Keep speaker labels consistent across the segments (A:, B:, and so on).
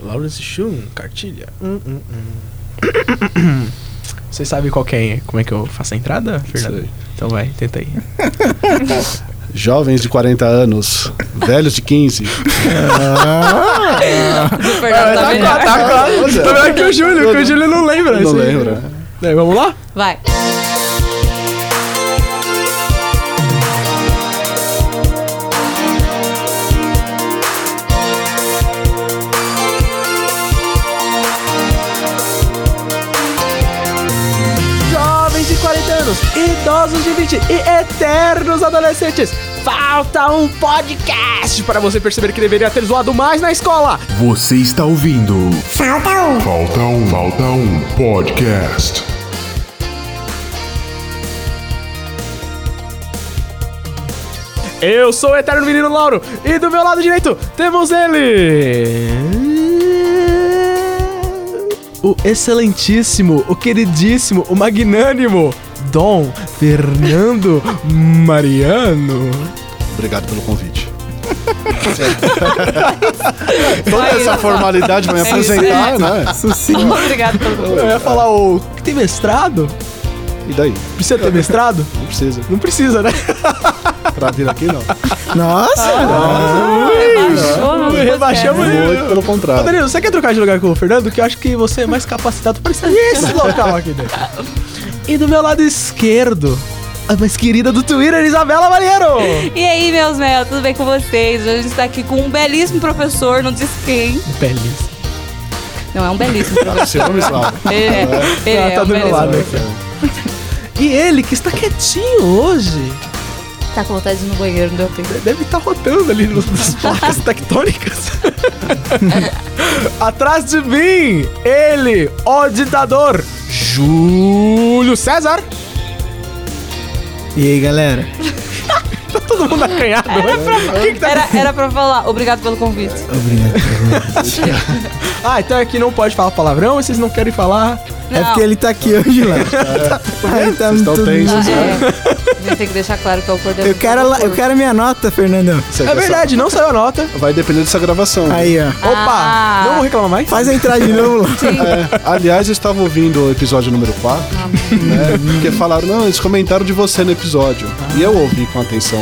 A: Lawrence Shun, cartilha. Hum, hum, hum. Vocês sabem qual que é, como é que eu faço a entrada, Fernando?
B: Sei.
A: Então vai, tenta aí.
B: Jovens de 40 anos, velhos de 15.
C: O Fernando tá melhor.
B: Pois é.
A: Tô melhor Tá que o Júlio, que o Júlio não lembra.
B: Não
A: isso aí.
B: lembra.
A: É, vamos lá?
C: Vai.
A: Jovens de 40 anos, idosos de 20 e eternos adolescentes. Falta um podcast para você perceber que deveria ter zoado mais na escola.
D: Você está ouvindo
E: Falta um, falta um podcast.
A: Eu sou o eterno menino Lauro e do meu lado direito temos ele. O excelentíssimo, o queridíssimo, o magnânimo Dom Fernando Mariano.
B: Obrigado pelo convite. Toda essa formalidade vai me
C: É isso
B: apresentar, né?
C: Obrigado pelo
A: Ah, Eu ia falar o tem mestrado?
B: E daí?
A: Precisa ter mestrado?
B: Não precisa.
A: Não precisa, né? Ah,
B: Pra vir aqui, não.
C: Rebaixou no podcast.
A: Rebaixamos
B: Muito
A: ele.
B: pelo
A: Ô,
B: contrário.
A: Danilo, você quer trocar de lugar com o Fernando? Que eu acho que você é mais capacitado para estar nesse local aqui dentro. E do meu lado esquerdo, a mais querida do Twitter, Isabela Malheiro.
C: E aí, meus mel, tudo bem com vocês? Hoje a gente tá aqui com um belíssimo professor, não disse quem.
A: Belíssima.
C: Não, é um belíssimo professor.
B: Seu nome, Slava.
C: Ele é, ele
A: Ah,
C: é
A: tá
C: um
A: do meu
C: belíssimo
A: lado aqui. E ele, que está quietinho hoje,
C: Tá com vontade de ir no banheiro, não deu tempo.
A: deve estar rotando ali nos- nas placas tectônicas. Atrás de mim, ele, o ditador, Júlio César.
F: E aí, galera? É.
A: Tá todo mundo acanhado. né? Quem que tá
C: Era, era pra falar, obrigado pelo convite.
F: Obrigado.
A: Ah, então aqui não pode falar palavrão e vocês não querem falar.
F: É porque ele tá aqui hoje lá. Ai, tá
B: Vocês estão
F: tudo
C: Ah,
B: tensos, né?
C: é. A gente tem que deixar claro que é o coordenador.
F: Eu quero, lá- eu quero minha nota, Fernandão.
B: Isso aqui
A: É
B: só-
A: verdade, não saiu a nota.
B: Vai depender dessa gravação.
F: Aí, ó.
A: Opa,
C: Ah.
A: não vou reclamar mais.
F: Faz a entrada de novo lá.
B: É, aliás, eu estava ouvindo o episódio número 4,
C: Ah,
B: né? Porque falaram, não, eles comentaram de você no episódio. E eu ouvi com atenção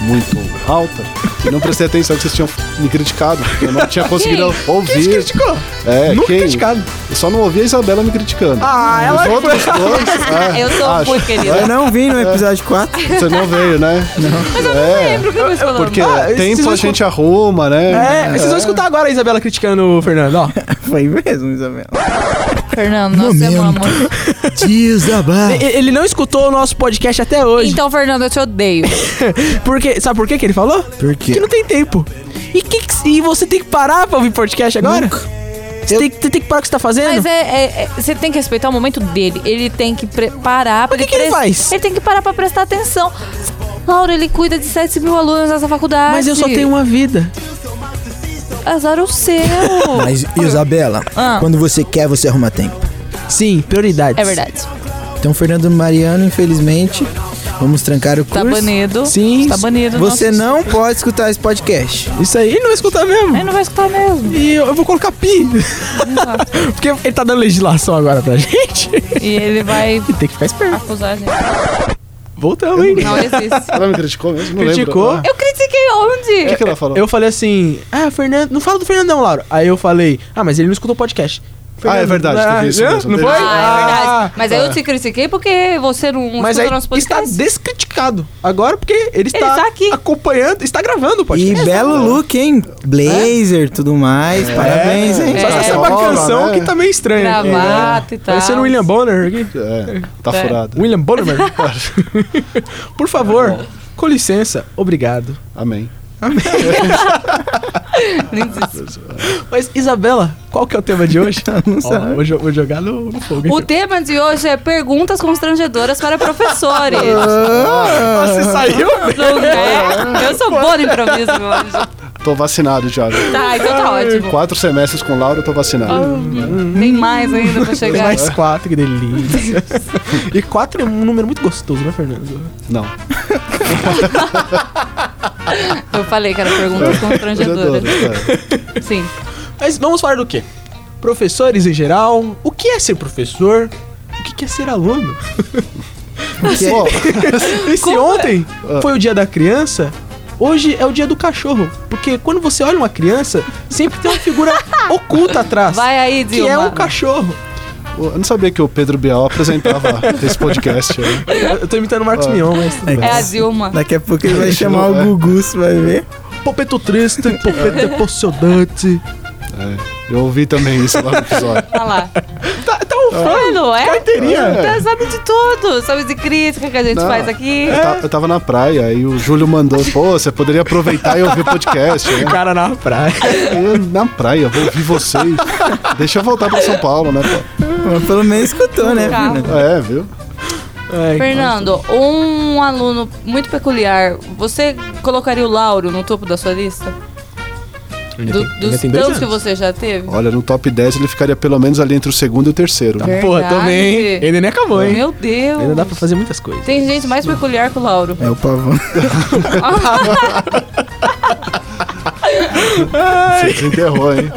B: muito alta e não prestei atenção que vocês tinham me criticado. porque Eu não tinha conseguido
A: Quem te
B: ouvir.
A: criticou?
B: É,
A: Nunca
B: quem?
A: criticado.
B: Eu só não ouvi a Isabela me criticando.
A: Ah, ela
B: Os
A: que
B: outros dois, é,
C: Eu sou
B: acho.
C: muito querida.
F: Eu não vim no episódio 4.
B: Você não veio, né? Mas eu não é,
C: Lembra o que eu tô falando?
B: Porque
A: Ah, vocês
B: tempo
A: vão
B: a
A: escu-
B: gente arruma,
A: É,
B: né?
A: vocês vão escutar agora a Isabela criticando o Fernando, ó.
F: Foi mesmo, Isabela.
C: Fernando, nós um te amamos.
A: E-
F: Desabafo.
A: Ele não escutou o nosso podcast até hoje.
C: Então, Fernando, eu te odeio.
A: Porque, sabe por que que ele falou?
F: Por
A: Que
F: quê?
A: não tem tempo. E, que que- e você tem que parar pra ouvir podcast agora? Você tem, que- você tem que parar o que você tá fazendo?
C: Mas é, é- é- você tem que respeitar o momento dele. Ele tem que preparar.
A: Mas o que que ele faz?
C: Ele tem que parar pra prestar atenção. Laura, ele cuida de 7 mil alunos nessa faculdade.
A: Mas eu só tenho um- uma vida.
C: Azar o seu.
F: Mas, Isabela,
C: Ah.
F: quando você quer, você arruma tempo.
A: Sim, prioridades.
C: É verdade.
F: Então, Fernando Mariano, infelizmente, vamos trancar o
C: Tá
F: curso.
C: banido.
A: Sim,
C: Tá banido.
F: Você
C: nossa.
F: não pode escutar esse podcast.
A: Isso aí, ele não escuta mesmo.
C: Ele não vai escutar mesmo.
A: E eu, eu vou colocar pi. Porque ele tá dando legislação agora pra gente.
C: E ele vai
A: Tem que ficar esperto.
C: acusar a gente.
A: Voltamos, hein?
C: Não existe.
B: Ela me criticou mesmo? Não
A: Criticou.
B: lembro. Ah,
C: Eu critiquei
B: O que,
C: onde?
B: que ela falou?
A: Eu falei assim, ah, Fernando, não fala do Fernandão, Lauro. Aí eu falei, ah, mas ele não escutou o podcast.
B: Ah, é verdade,
A: Fernando,
B: teve isso
A: ah,
B: mesmo,
A: Não
B: teve
A: foi?
B: isso.
C: Ah, é verdade.
A: Ah,
C: Mas aí eu te critiquei porque você não
A: Mas aí
C: escuta nosso
A: está
C: podcast.
A: descriticado agora porque ele está,
C: está aqui.
A: acompanhando, está gravando o
F: E
A: podcast.
F: belo look, hein? Blazer, tudo mais. Parabéns, hein?
A: Só se essa é uma
B: Nova,
A: canção
B: né?
A: que tá meio estranha. aqui.
C: Gravata e tal.
A: Parecendo né? é o William Bonner aqui.
B: É, tá
C: É.
B: furada.
A: William Bonner. Por
C: Tá
A: favor, com licença, obrigado.
B: Amém.
C: Nem existe.
A: Mas, Isabela, qual que é o tema de hoje? não sei. Vou, jo- vou jogar no, no fogo.
C: O tema de hoje é perguntas constrangedoras para professores.
A: Você
F: Ah.
A: saiu?
C: Não é? Eu sou boa no improviso, meu anjo.
B: Tô vacinado já.
C: Tá, então tá ótimo.
B: Quatro semestres com Laura, eu tô vacinado.
C: Tem mais ainda pra chegar.
A: Mais quatro, que delícia.
B: Ah.
A: e quatro é um número muito gostoso, né, Fernando?
B: Não.
C: Eu falei que era perguntas constrangedoras.
B: é.
C: Sim.
A: Mas vamos falar do quê? Professores em geral, o que é ser professor? O que que é ser aluno? é?
B: Bom,
A: E se
C: Como é?
A: ontem
F: Ah.
A: foi o dia da criança, hoje é o dia do cachorro. Porque quando você olha uma criança, sempre tem uma figura oculta atrás.
C: Vai aí,
A: que
C: Dilma.
A: é um cachorro.
B: eu não sabia que o Pedro Bial apresentava esse podcast né? aí.
A: Eu tô imitando o Marcos Mion, mas. tudo bem.
C: É a Dilma.
F: Ah. Daqui a pouco ele vai chamar o Gugu, você vai ver.
A: Popeto triste, popeto emocionante.
B: Eu ouvi também isso lá no episódio.
C: Tá lá.
A: Tá, tá um
F: então
A: fã.
C: Mano, é?
A: Carteirinha.
C: Tá- Sabe de tudo. Sabe de crítica que a gente
B: Não.
C: faz aqui.
A: É,
B: Eu, ta- eu tava na praia aí o Júlio mandou, pô, você poderia aproveitar e ouvir o podcast, né?
A: Cara na praia.
B: Eu, "É, na praia, vou ouvir vocês. Deixa eu voltar pra São Paulo, né, pô?
F: Mas pelo menos escutou, né,
C: Calma.
F: Fernando?
B: É, viu?
A: Ai,
C: Fernando, um aluno muito peculiar. Você colocaria o Lauro no topo da sua lista?
A: ainda
C: Do-
A: tem- ainda
C: dos
A: tem dois
C: tantos que
A: anos.
C: você já teve?
B: Olha, no top 10 ele ficaria pelo menos ali entre o segundo e o terceiro. né?
A: Porra,
C: Verdade.
A: também. Ainda nem acabou, hein?
C: Meu Deus.
A: Ainda dá pra fazer muitas coisas.
C: Tem gente mais peculiar que o Lauro.
F: É o pavão.
A: Tá
B: Você desenterrou, hein?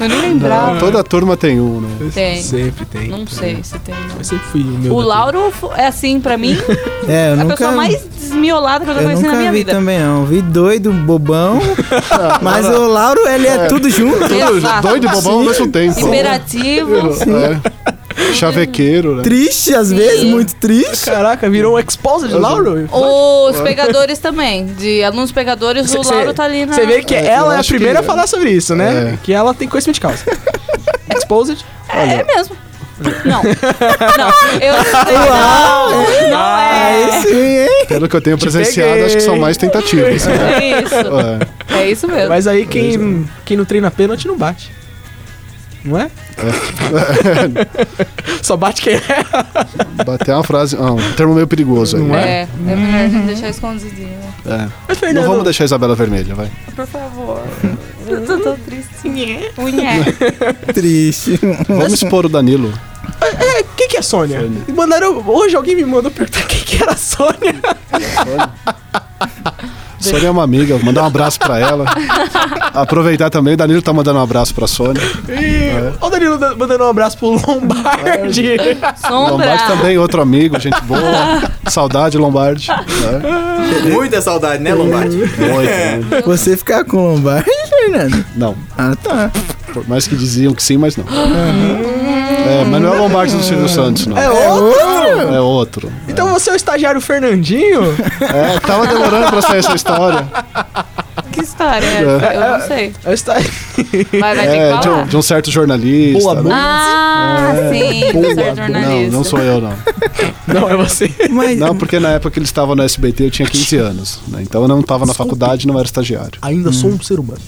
C: Eu nem lembrava.
B: Toda turma tem um, né?
C: Tem.
A: Sempre tem.
C: Não sei se tem. não.
A: Eu sempre fui o meu.
C: O
A: da-
C: Lauro fo- é assim, pra mim,
F: É, eu
C: a
F: nunca.
C: pessoa mais desmiolada que eu já
F: Eu
C: conheci
F: nunca
C: na minha
F: vi
C: vida.
F: também, não. Vi doido, bobão. mas o Lauro, ele é, tudo junto.
C: Exato.
B: Doido e bobão ao mesmo tempo.
C: Imperativo.
B: É. Chavequeiro, né?
F: Triste, às vezes, muito triste.
A: Caraca, virou um exposed de Lauro?
C: Os pegadores também. De alunos pegadores, o Lauro tá ali na.
A: Você vê que
B: É,
A: ela
B: eu
A: é a
B: acho
A: primeira
B: que-
A: a falar sobre isso, né?
B: É.
A: Que ela tem conhecimento de causa. exposed.
C: É mesmo. Não. Não, eu não sei. Não, não é.
F: Sim, hein?
B: Pelo que eu tenho presenciado,
A: peguei.
B: acho que são mais tentativas. né?
C: É isso.
B: É.
C: É isso mesmo.
A: Mas aí quem, quem não treina pênalti não bate. Não é? Só bate quem é.
B: Bater uma frase, ah, um termo meio perigoso aí.
C: É, é melhor a gente deixar escondidinho.
B: É.
A: Mas,
B: Não
A: Fernando,
B: vamos deixar a Isabela vermelha, vai.
C: Por favor. Eu tô, tô triste. Unhé.
F: Triste.
B: Vamos expor o Danilo.
A: é, quem que é Sônia?
B: Sônia.
A: Mandaram, hoje alguém me mandou perguntar quem que era a Sônia.
B: Sônia é uma amiga, mandar um abraço pra ela. Aproveitar também, o Danilo tá mandando um abraço pra Sônia.
A: E Ó o Danilo da- mandando um abraço pro Lombardi.
C: Um
B: Lombardi
C: Sombra.
B: também, outro amigo, gente boa. Saudade, Lombardi. né?
D: Muita saudade, né, Lombardi?
B: Muito, né?
F: Você ficar com lombar, Fernando?
B: Não,
F: Ah, tá.
B: por mais que diziam que sim, mas não. É, mas não é o Lombardi do Silvio Santos, não.
A: É outro.
B: É outro.
A: Então você é o estagiário Fernandinho?
B: É, tava demorando pra sair essa história.
C: Que história é essa? Eu não sei.
A: É o estagiário.
C: Vai, vai ter
B: É,
C: que
B: de
C: falar.
B: um, de um certo jornalista.
A: Boa,
B: né?
A: boa.
C: Ah, sim.
B: Boa,
C: Você é
B: boa. Não,
C: jornalista.
B: não sou eu, não.
A: Não, é você.
F: Mas
B: Não, porque na época que ele estava no SBT eu tinha 15 anos. né? Então eu não estava na faculdade, não era estagiário.
A: Ainda sou um ser humano.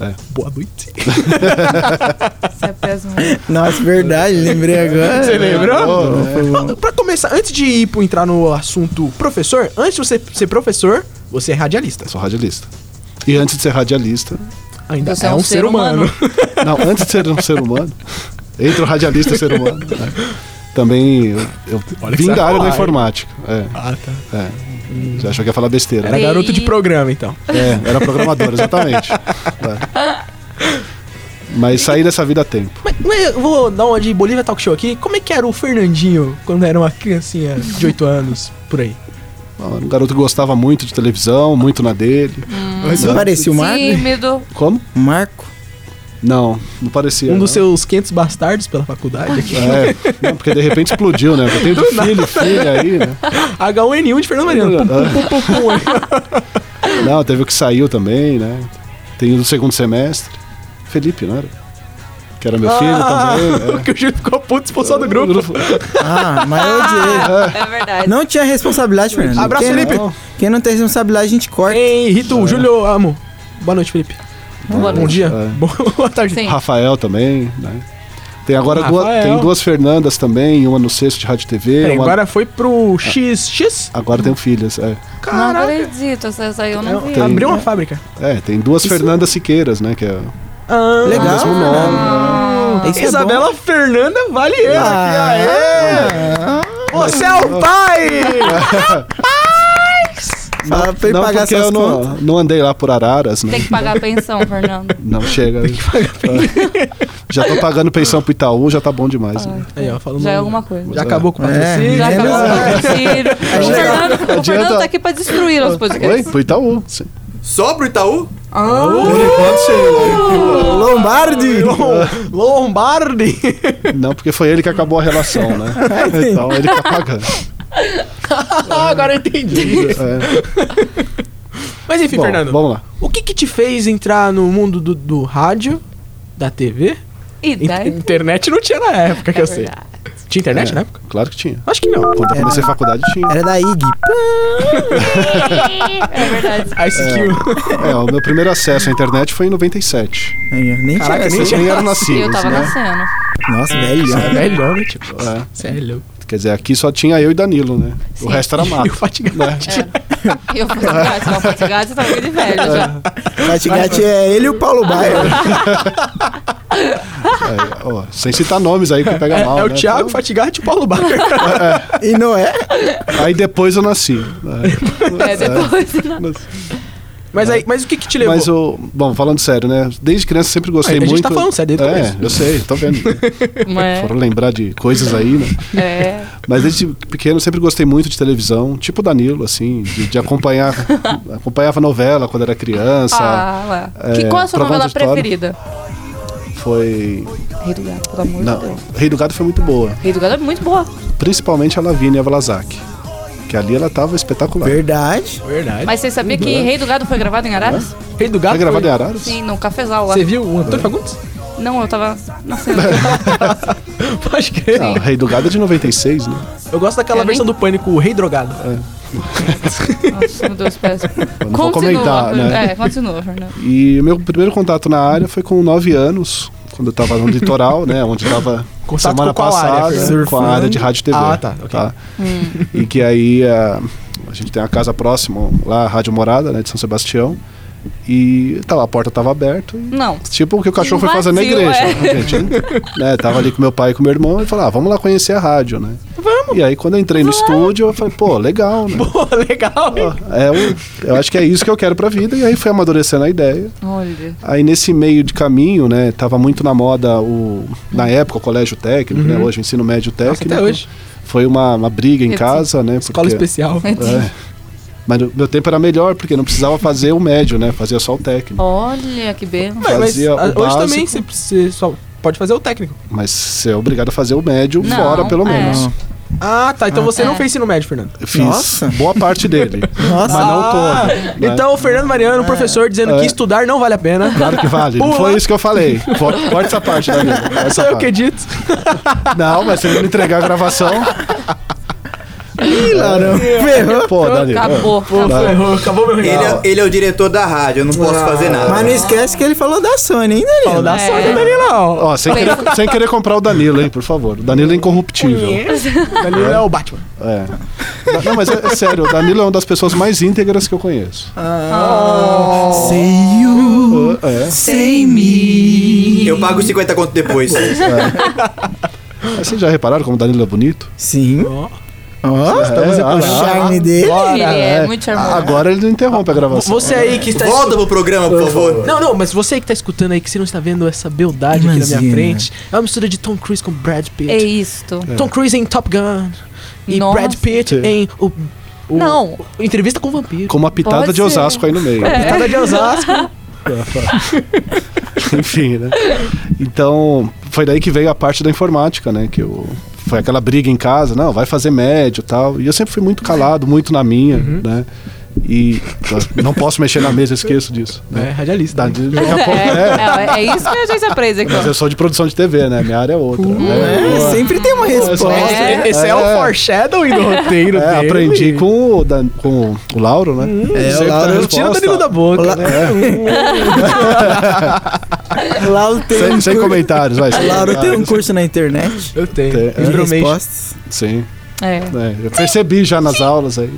B: É.
A: Boa noite.
C: Você é péssimo.
F: Nossa, verdade, lembrei agora.
A: Você lembrou?
B: Boa, né?
A: Pra- Pra começar, antes de ir pro- entrar no assunto professor, antes de você ser professor, você é radialista.
B: Sou radialista. E antes de ser radialista.
A: Ainda
C: Você é um ser humano.
B: Não, antes de ser um ser humano. Entre o radialista e o ser humano. né? Também eu, eu
A: Olha que
B: vim da área
A: sacanagem.
B: da informática. É,
A: ah, tá.
B: é. Já achou que ia falar besteira.
A: Era
C: Bem-
A: garoto de programa, então.
B: É, era programador, exatamente. É. Mas saí dessa vida a tempo.
A: Mas, mas eu vou dar uma de Bolívia Talk Show aqui. Como é que era o Fernandinho quando era uma criancinha de 8 anos, por aí?
B: Um garoto que gostava muito de televisão, muito na dele.
A: Hum.
F: Mas parecia o Marco?
C: Tímido.
B: Como?
F: Marco?
B: Não, não parecia.
A: Um dos
B: não.
A: seus 500 bastardos pela faculdade aqui.
B: É, não, porque de repente explodiu, né? Eu tenho filho, filha aí, né?
A: H1N1 de Fernando Mariano. Pum, pum, pum, pum, pum.
B: Não, teve o que saiu também, né? Tem o do segundo semestre. Felipe, não era? Que era meu filho
A: Ah,
B: também. é.
A: que o Júlio ficou puto expulsado do grupo.
F: Ah, mas eu odiei.
C: É verdade.
F: Não tinha responsabilidade, Fernando.
A: Abraço,
F: quem,
A: Felipe.
F: Quem não tem responsabilidade, a gente corta.
A: Ei, Rito, Júlio, amo. É. Boa noite, Felipe.
C: Boa
A: Bom
C: noite.
A: dia.
B: É.
A: Boa tarde.
C: Sim.
B: Rafael também, né? Tem agora duas,
A: Rafael.
B: tem duas Fernandas também, uma no sexto de rádio e TV.
A: Peraí,
B: uma-
A: agora foi pro XX?
B: agora tem filhas, é.
C: Não
A: Caraca.
C: acredito. Essa aí eu
A: é
C: não vi.
B: Tem.
A: Abriu uma fábrica.
B: É, tem duas Fernandas Siqueiras, né? Que é o
A: Ah,
F: Legal.
B: mesmo nome.
F: Isso é
A: Isabela Fernanda Valieira. aqui, aê! Você é o pai!
F: Fala pra ele
B: não,
F: pagar
B: porque
F: essas
B: eu não,
F: contas.
B: não andei lá por Araras, né?
C: Tem que pagar a pensão, Fernando.
B: Não chega. É. já tô pagando pensão pro Itaú, já tá bom demais. né?
A: Aí, ó, falando.
C: Já é alguma coisa.
A: Já acabou com o
F: É.
A: patrocínio.
C: Já
F: é
C: acabou
F: mesmo.
C: o patrocínio. O Fernando- O Fernando tá aqui pra destruir os
B: Oi?
C: podcasts.
B: Pro Itaú. sim.
D: Só pro Itaú?
B: Por
A: Uh!
B: enquanto, sim.
F: Lombardi!
A: Lombardi!
B: Não, porque foi ele que acabou a relação, né? Então ele tá pagando.
A: ah, agora eu entendi.
B: É.
A: Mas enfim,
B: Bom,
A: Fernando,
B: vamos lá.
A: o que que te fez entrar no mundo do, do rádio, da TV?
C: E
A: In-
C: daí?
A: Internet não tinha na época que eu sei.
C: É verdade.
A: Tinha internet na época?
B: Claro que tinha.
A: Acho que não.
B: Quando eu comecei a faculdade tinha.
F: Era da IG.
C: É verdade.
A: Ice Cube.
B: É, o meu primeiro acesso à internet foi em 97.
F: Aí, ó, Nem tinha
A: Caraca, nem
F: essa.
B: Vocês
A: tinha.
B: nem eram
C: Eu
B: nascidos,
C: tava
B: né?
C: nascendo.
F: Nossa, velho.
A: É melhor, né, tipo?
B: É.
A: Você é louco.
B: Quer dizer, aqui só tinha eu e Danilo, né?
C: Sim.
B: O resto era
A: E o
B: mato. É.
A: Fatigante.
C: E eu fui gato, eu fui gato, eu tava de velho já.
F: Fatigate é ele e o Paulo Baia.
B: É, ó, sem citar nomes aí que pega mal.
A: É o
B: né?
A: Thiago
B: Então,
A: Fatigante e o Paulo Barca.
F: E não é?
B: Aí depois eu nasci. né?
C: É, depois.
A: Mas aí, mas o que que te levou?
B: Mas o. Bom, falando sério, né? Desde criança eu sempre gostei
A: A gente
B: muito.
A: tá falando sério desde o
B: É,
A: começo.
B: eu sei, tô vendo. Foram
C: Mas,
B: lembrar de coisas aí, né?
C: é.
B: Mas desde pequeno eu sempre gostei muito de televisão, tipo o Danilo, assim, de, de acompanhar. acompanhava novela quando era criança.
C: Ah, lá.
B: É,
C: que, qual a sua
B: Trovão
C: novela
B: de Toro.
C: preferida?
B: Foi.
C: Rei do Gado, pelo amor
B: Não,
C: de Deus.
B: Rei do Gado foi muito boa.
C: Rei do Gado é muito boa.
B: Principalmente a Lavínia Vlasak. Que ali ela tava espetacular.
F: Verdade.
B: É?
A: Verdade.
C: Mas você sabia que Rei do Gado foi gravado em Araras?
A: Rei do Gato.
B: Foi gravado em
A: foi-
B: Araras?
C: Sim, no cafezal lá.
A: Você viu o Antônio Fagundes?
C: Não, eu tava. Não sei.
A: Pode crer.
B: Ah, o Rei do Gado é de 96, né?
A: Eu gosto daquela
C: Eu
A: versão
C: nem-
A: do Pânico, o Rei Drogado.
B: É
C: Nossa, meu Deus, péssimo.
B: não vou comentar, né?
C: É, continua, Fernando.
B: E o meu primeiro contato na área foi com 9 anos, quando eu tava no litoral, né? Onde tava
A: Contato
B: semana
A: com qual
B: passada,
A: área, Fernando?
B: com a área de rádio e TV.
A: Ah, tá, ok.
B: E que aí a, a gente tem uma casa próxima lá, a Rádio Morada, né? De São Sebastião. E tava, a porta tava aberta e
C: Não.
B: Tipo o que o cachorro foi fazer na
C: Vazio,
B: igreja. A gente, né, tava ali com meu pai e com meu irmão e falava, ah, vamos lá conhecer a rádio, né? Vamos. E aí quando eu entrei no estúdio, eu falei, pô, legal, né?
A: Pô, legal. hein?
B: É, eu, eu acho que é isso que eu quero pra vida. E aí fui amadurecendo a ideia.
C: Olha.
B: Aí nesse meio de caminho, né, tava muito na moda o. Na época, o colégio técnico, né? Hoje o ensino médio técnico.
A: Uhum. até hoje.
B: Foi uma, uma briga em
C: Sim.
B: casa, né?
A: Escola
B: porque-
A: especial.
B: Mas no- meu tempo era melhor, porque não precisava fazer o médio, né? Fazia só o técnico.
C: Olha que belo.
A: Mas, mas
B: Fazia o
A: a- hoje
B: básico.
A: também você, você só pode fazer o técnico.
B: Mas você é obrigado a fazer o médio
C: Não,
B: fora, pelo
C: é.
B: menos.
A: Ah, tá. Então você
C: é.
A: não fez ensino médio, Fernando.
B: Eu Fiz
F: Nossa.
B: boa parte dele.
F: Nossa.
B: Mas não
A: Ah,
B: todo. né?
A: Então o Fernando Mariano, professor, dizendo que
B: É.
A: estudar não vale a pena.
B: Claro que vale. Não
A: Pula.
B: foi isso que eu falei. Co- Corta essa parte, né, amigo?
A: Só
B: Essa
A: Então, eu
B: parte.
A: que edito.
B: Não, mas se ele não entregar a gravação.
F: Ih, Larão. Ferrou.
B: Pô, Dani.
C: Acabou. acabou.
A: Ferrou, acabou meu
D: Ele
A: recado.
D: é, ele é o diretor da rádio, eu não posso fazer nada.
F: Mas não esquece que ele falou da Sony, hein, Danilo?
A: Não dá
C: É.
A: sorte, Danilão.
B: Ó, sem querer, sem querer comprar o Danilo, hein, por favor. O Danilo é incorruptível.
A: Danilo é o Batman.
B: É. Não, mas é, é sério, o Danilo é uma das pessoas mais íntegras que eu conheço.
A: Ah.
F: Say you,
B: É.
F: say me.
D: Eu pago 50 conto depois.
B: Mas Vocês já repararam como o Danilo é bonito?
F: Sim. Ó, estamos
B: É,
F: com o
B: ah,
F: charme dele.
C: Ele
B: né?
C: é muito charmoso.
B: Agora ele não interrompe a gravação.
A: Você aí que está
D: Volta pro programa, tá por favor.
A: Não, não, mas você aí que tá escutando aí, que você não está vendo essa beldade aqui na minha
F: Imagina.
A: frente. É uma mistura de Tom Cruise com Brad Pitt.
C: É isto.
A: Tom Cruise em Top Gun. E
C: Nossa.
A: Brad Pitt
B: Sim.
A: em o, o-
C: Não.
A: Entrevista com o Vampiro.
B: Com uma pitada
C: Pode
B: de Osasco aí no meio.
A: Pitada de Osasco.
B: Enfim, né? Então, foi daí que veio a parte da informática, né? Que eu, foi aquela briga em casa, não, vai fazer médio e tal. E eu sempre fui muito calado, muito na minha,
F: Uhum.
B: né? E não posso mexer na mesa, esqueço disso.
A: É,
B: Né?
A: radialista.
B: Da- de- Daqui a pouco, é.
C: É, é, é isso que a gente aprende aqui.
B: Mas eu
C: ó.
B: sou de produção de TV, né? Minha área é outra. né?
F: É, sempre tem uma resposta.
C: É.
A: Esse é o
B: É.
A: foreshadowing do roteiro
B: É,
A: dele.
B: aprendi com o, Dan- com o Lauro, né?
F: É, o
B: Sempre
F: Lauro-
B: a
A: Eu tiro o
B: resposta.
A: Danilo da boca.
F: Olá.
A: né?
F: Lauro tem
B: Sem,
F: um
B: sem
F: cur-
B: comentários, vai. sem
F: Lauro tem um
B: comentários.
F: curso na internet.
A: Eu tenho.
B: Tem, é.
F: De
A: Hidromation.
F: respostas.
B: Sim.
C: É.
B: É, eu percebi já nas aulas aí.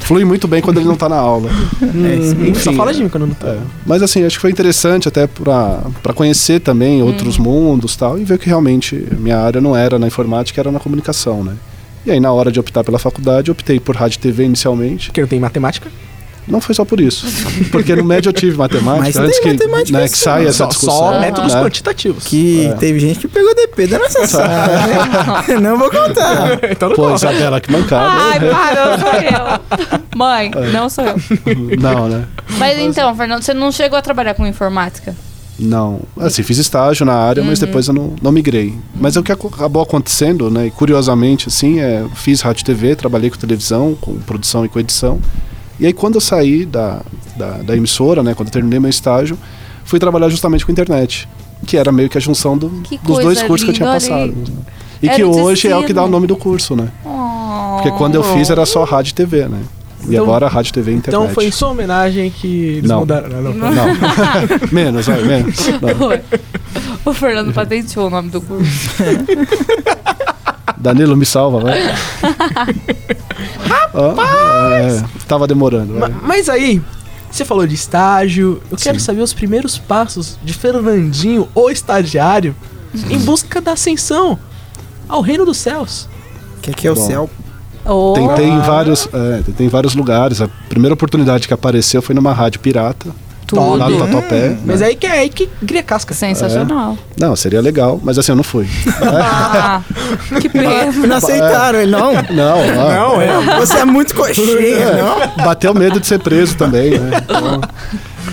B: Flui muito bem quando ele não tá na aula.
F: É,
A: Hum, Só
B: Enfim,
A: fala de mim quando eu não tô.
B: É. Mas assim, acho que foi interessante até pra, pra conhecer também outros mundos tal, e ver que realmente minha área não era na informática, era na comunicação, né? E aí, na hora de optar pela faculdade, eu optei por rádio e TV inicialmente.
A: Porque não tem matemática?
B: Não foi só por isso. Porque no médio eu tive
F: Mas
B: matemática.
F: tem
B: antes que,
F: matemática
B: né, que
F: sim,
B: saia essa
A: Só,
B: discussão.
A: só métodos
B: né?
A: quantitativos.
F: Que teve gente que pegou DP da nossa sala. né? não vou contar.
A: Então não Ah.
B: Pô,
A: conta.
B: Isabela, que mancada.
C: Ai, para, não sou eu. Mãe,
B: É.
C: não sou eu.
B: Não, né?
C: Mas então, Fernando, você não chegou a trabalhar com informática?
B: Não. Assim, fiz estágio na área,
C: Uhum.
B: mas depois eu não, não migrei. Mas é o que aco- acabou acontecendo, né? E curiosamente, assim, é, fiz rádio e TV, trabalhei com televisão, com produção e com edição. E aí, quando eu saí da, da, da emissora, né? Quando eu terminei meu estágio, fui trabalhar justamente com internet. Que era meio que a junção do-
C: Que
B: dos dois
C: coisa
B: cursos que eu tinha
C: linda, olha
B: passado. né? E
C: Era
B: que
C: o
B: hoje é o
C: destino. Oh.
B: que dá o nome do curso, né? Porque quando eu fiz era só rádio e TV, né? E
A: Então-
B: agora rádio, TV e internet.
A: Então foi em sua homenagem que eles
B: Não.
A: mudaram. né? Não, não.
B: Não. menos, vai, menos. Não.
C: O Fernando patenteou o nome do curso.
B: Danilo, me salva, vai. Rapaz! é, tava demorando.
A: Ma-
B: vai.
A: Mas aí, você falou de estágio. Eu quero
B: Sim.
A: saber os primeiros passos de Fernandinho, o estagiário, em busca da ascensão ao reino dos céus.
F: O que, que é o
B: Bom.
F: céu?
C: Oh,
B: Tentei em vários, é, tentei em vários lugares. A primeira oportunidade que apareceu foi numa rádio pirata,
C: tudo.
B: lá no Tatuapé. né?
A: Mas aí que é aí que cria casca.
C: Sensacional.
B: Não, seria legal, mas assim, eu não fui.
C: Ah, que pena.
F: Não aceitaram, ele não.
B: Não, não. É,
A: Não, é.
F: Você é muito coxinha, não?
B: Bateu medo de ser preso também, né? Então,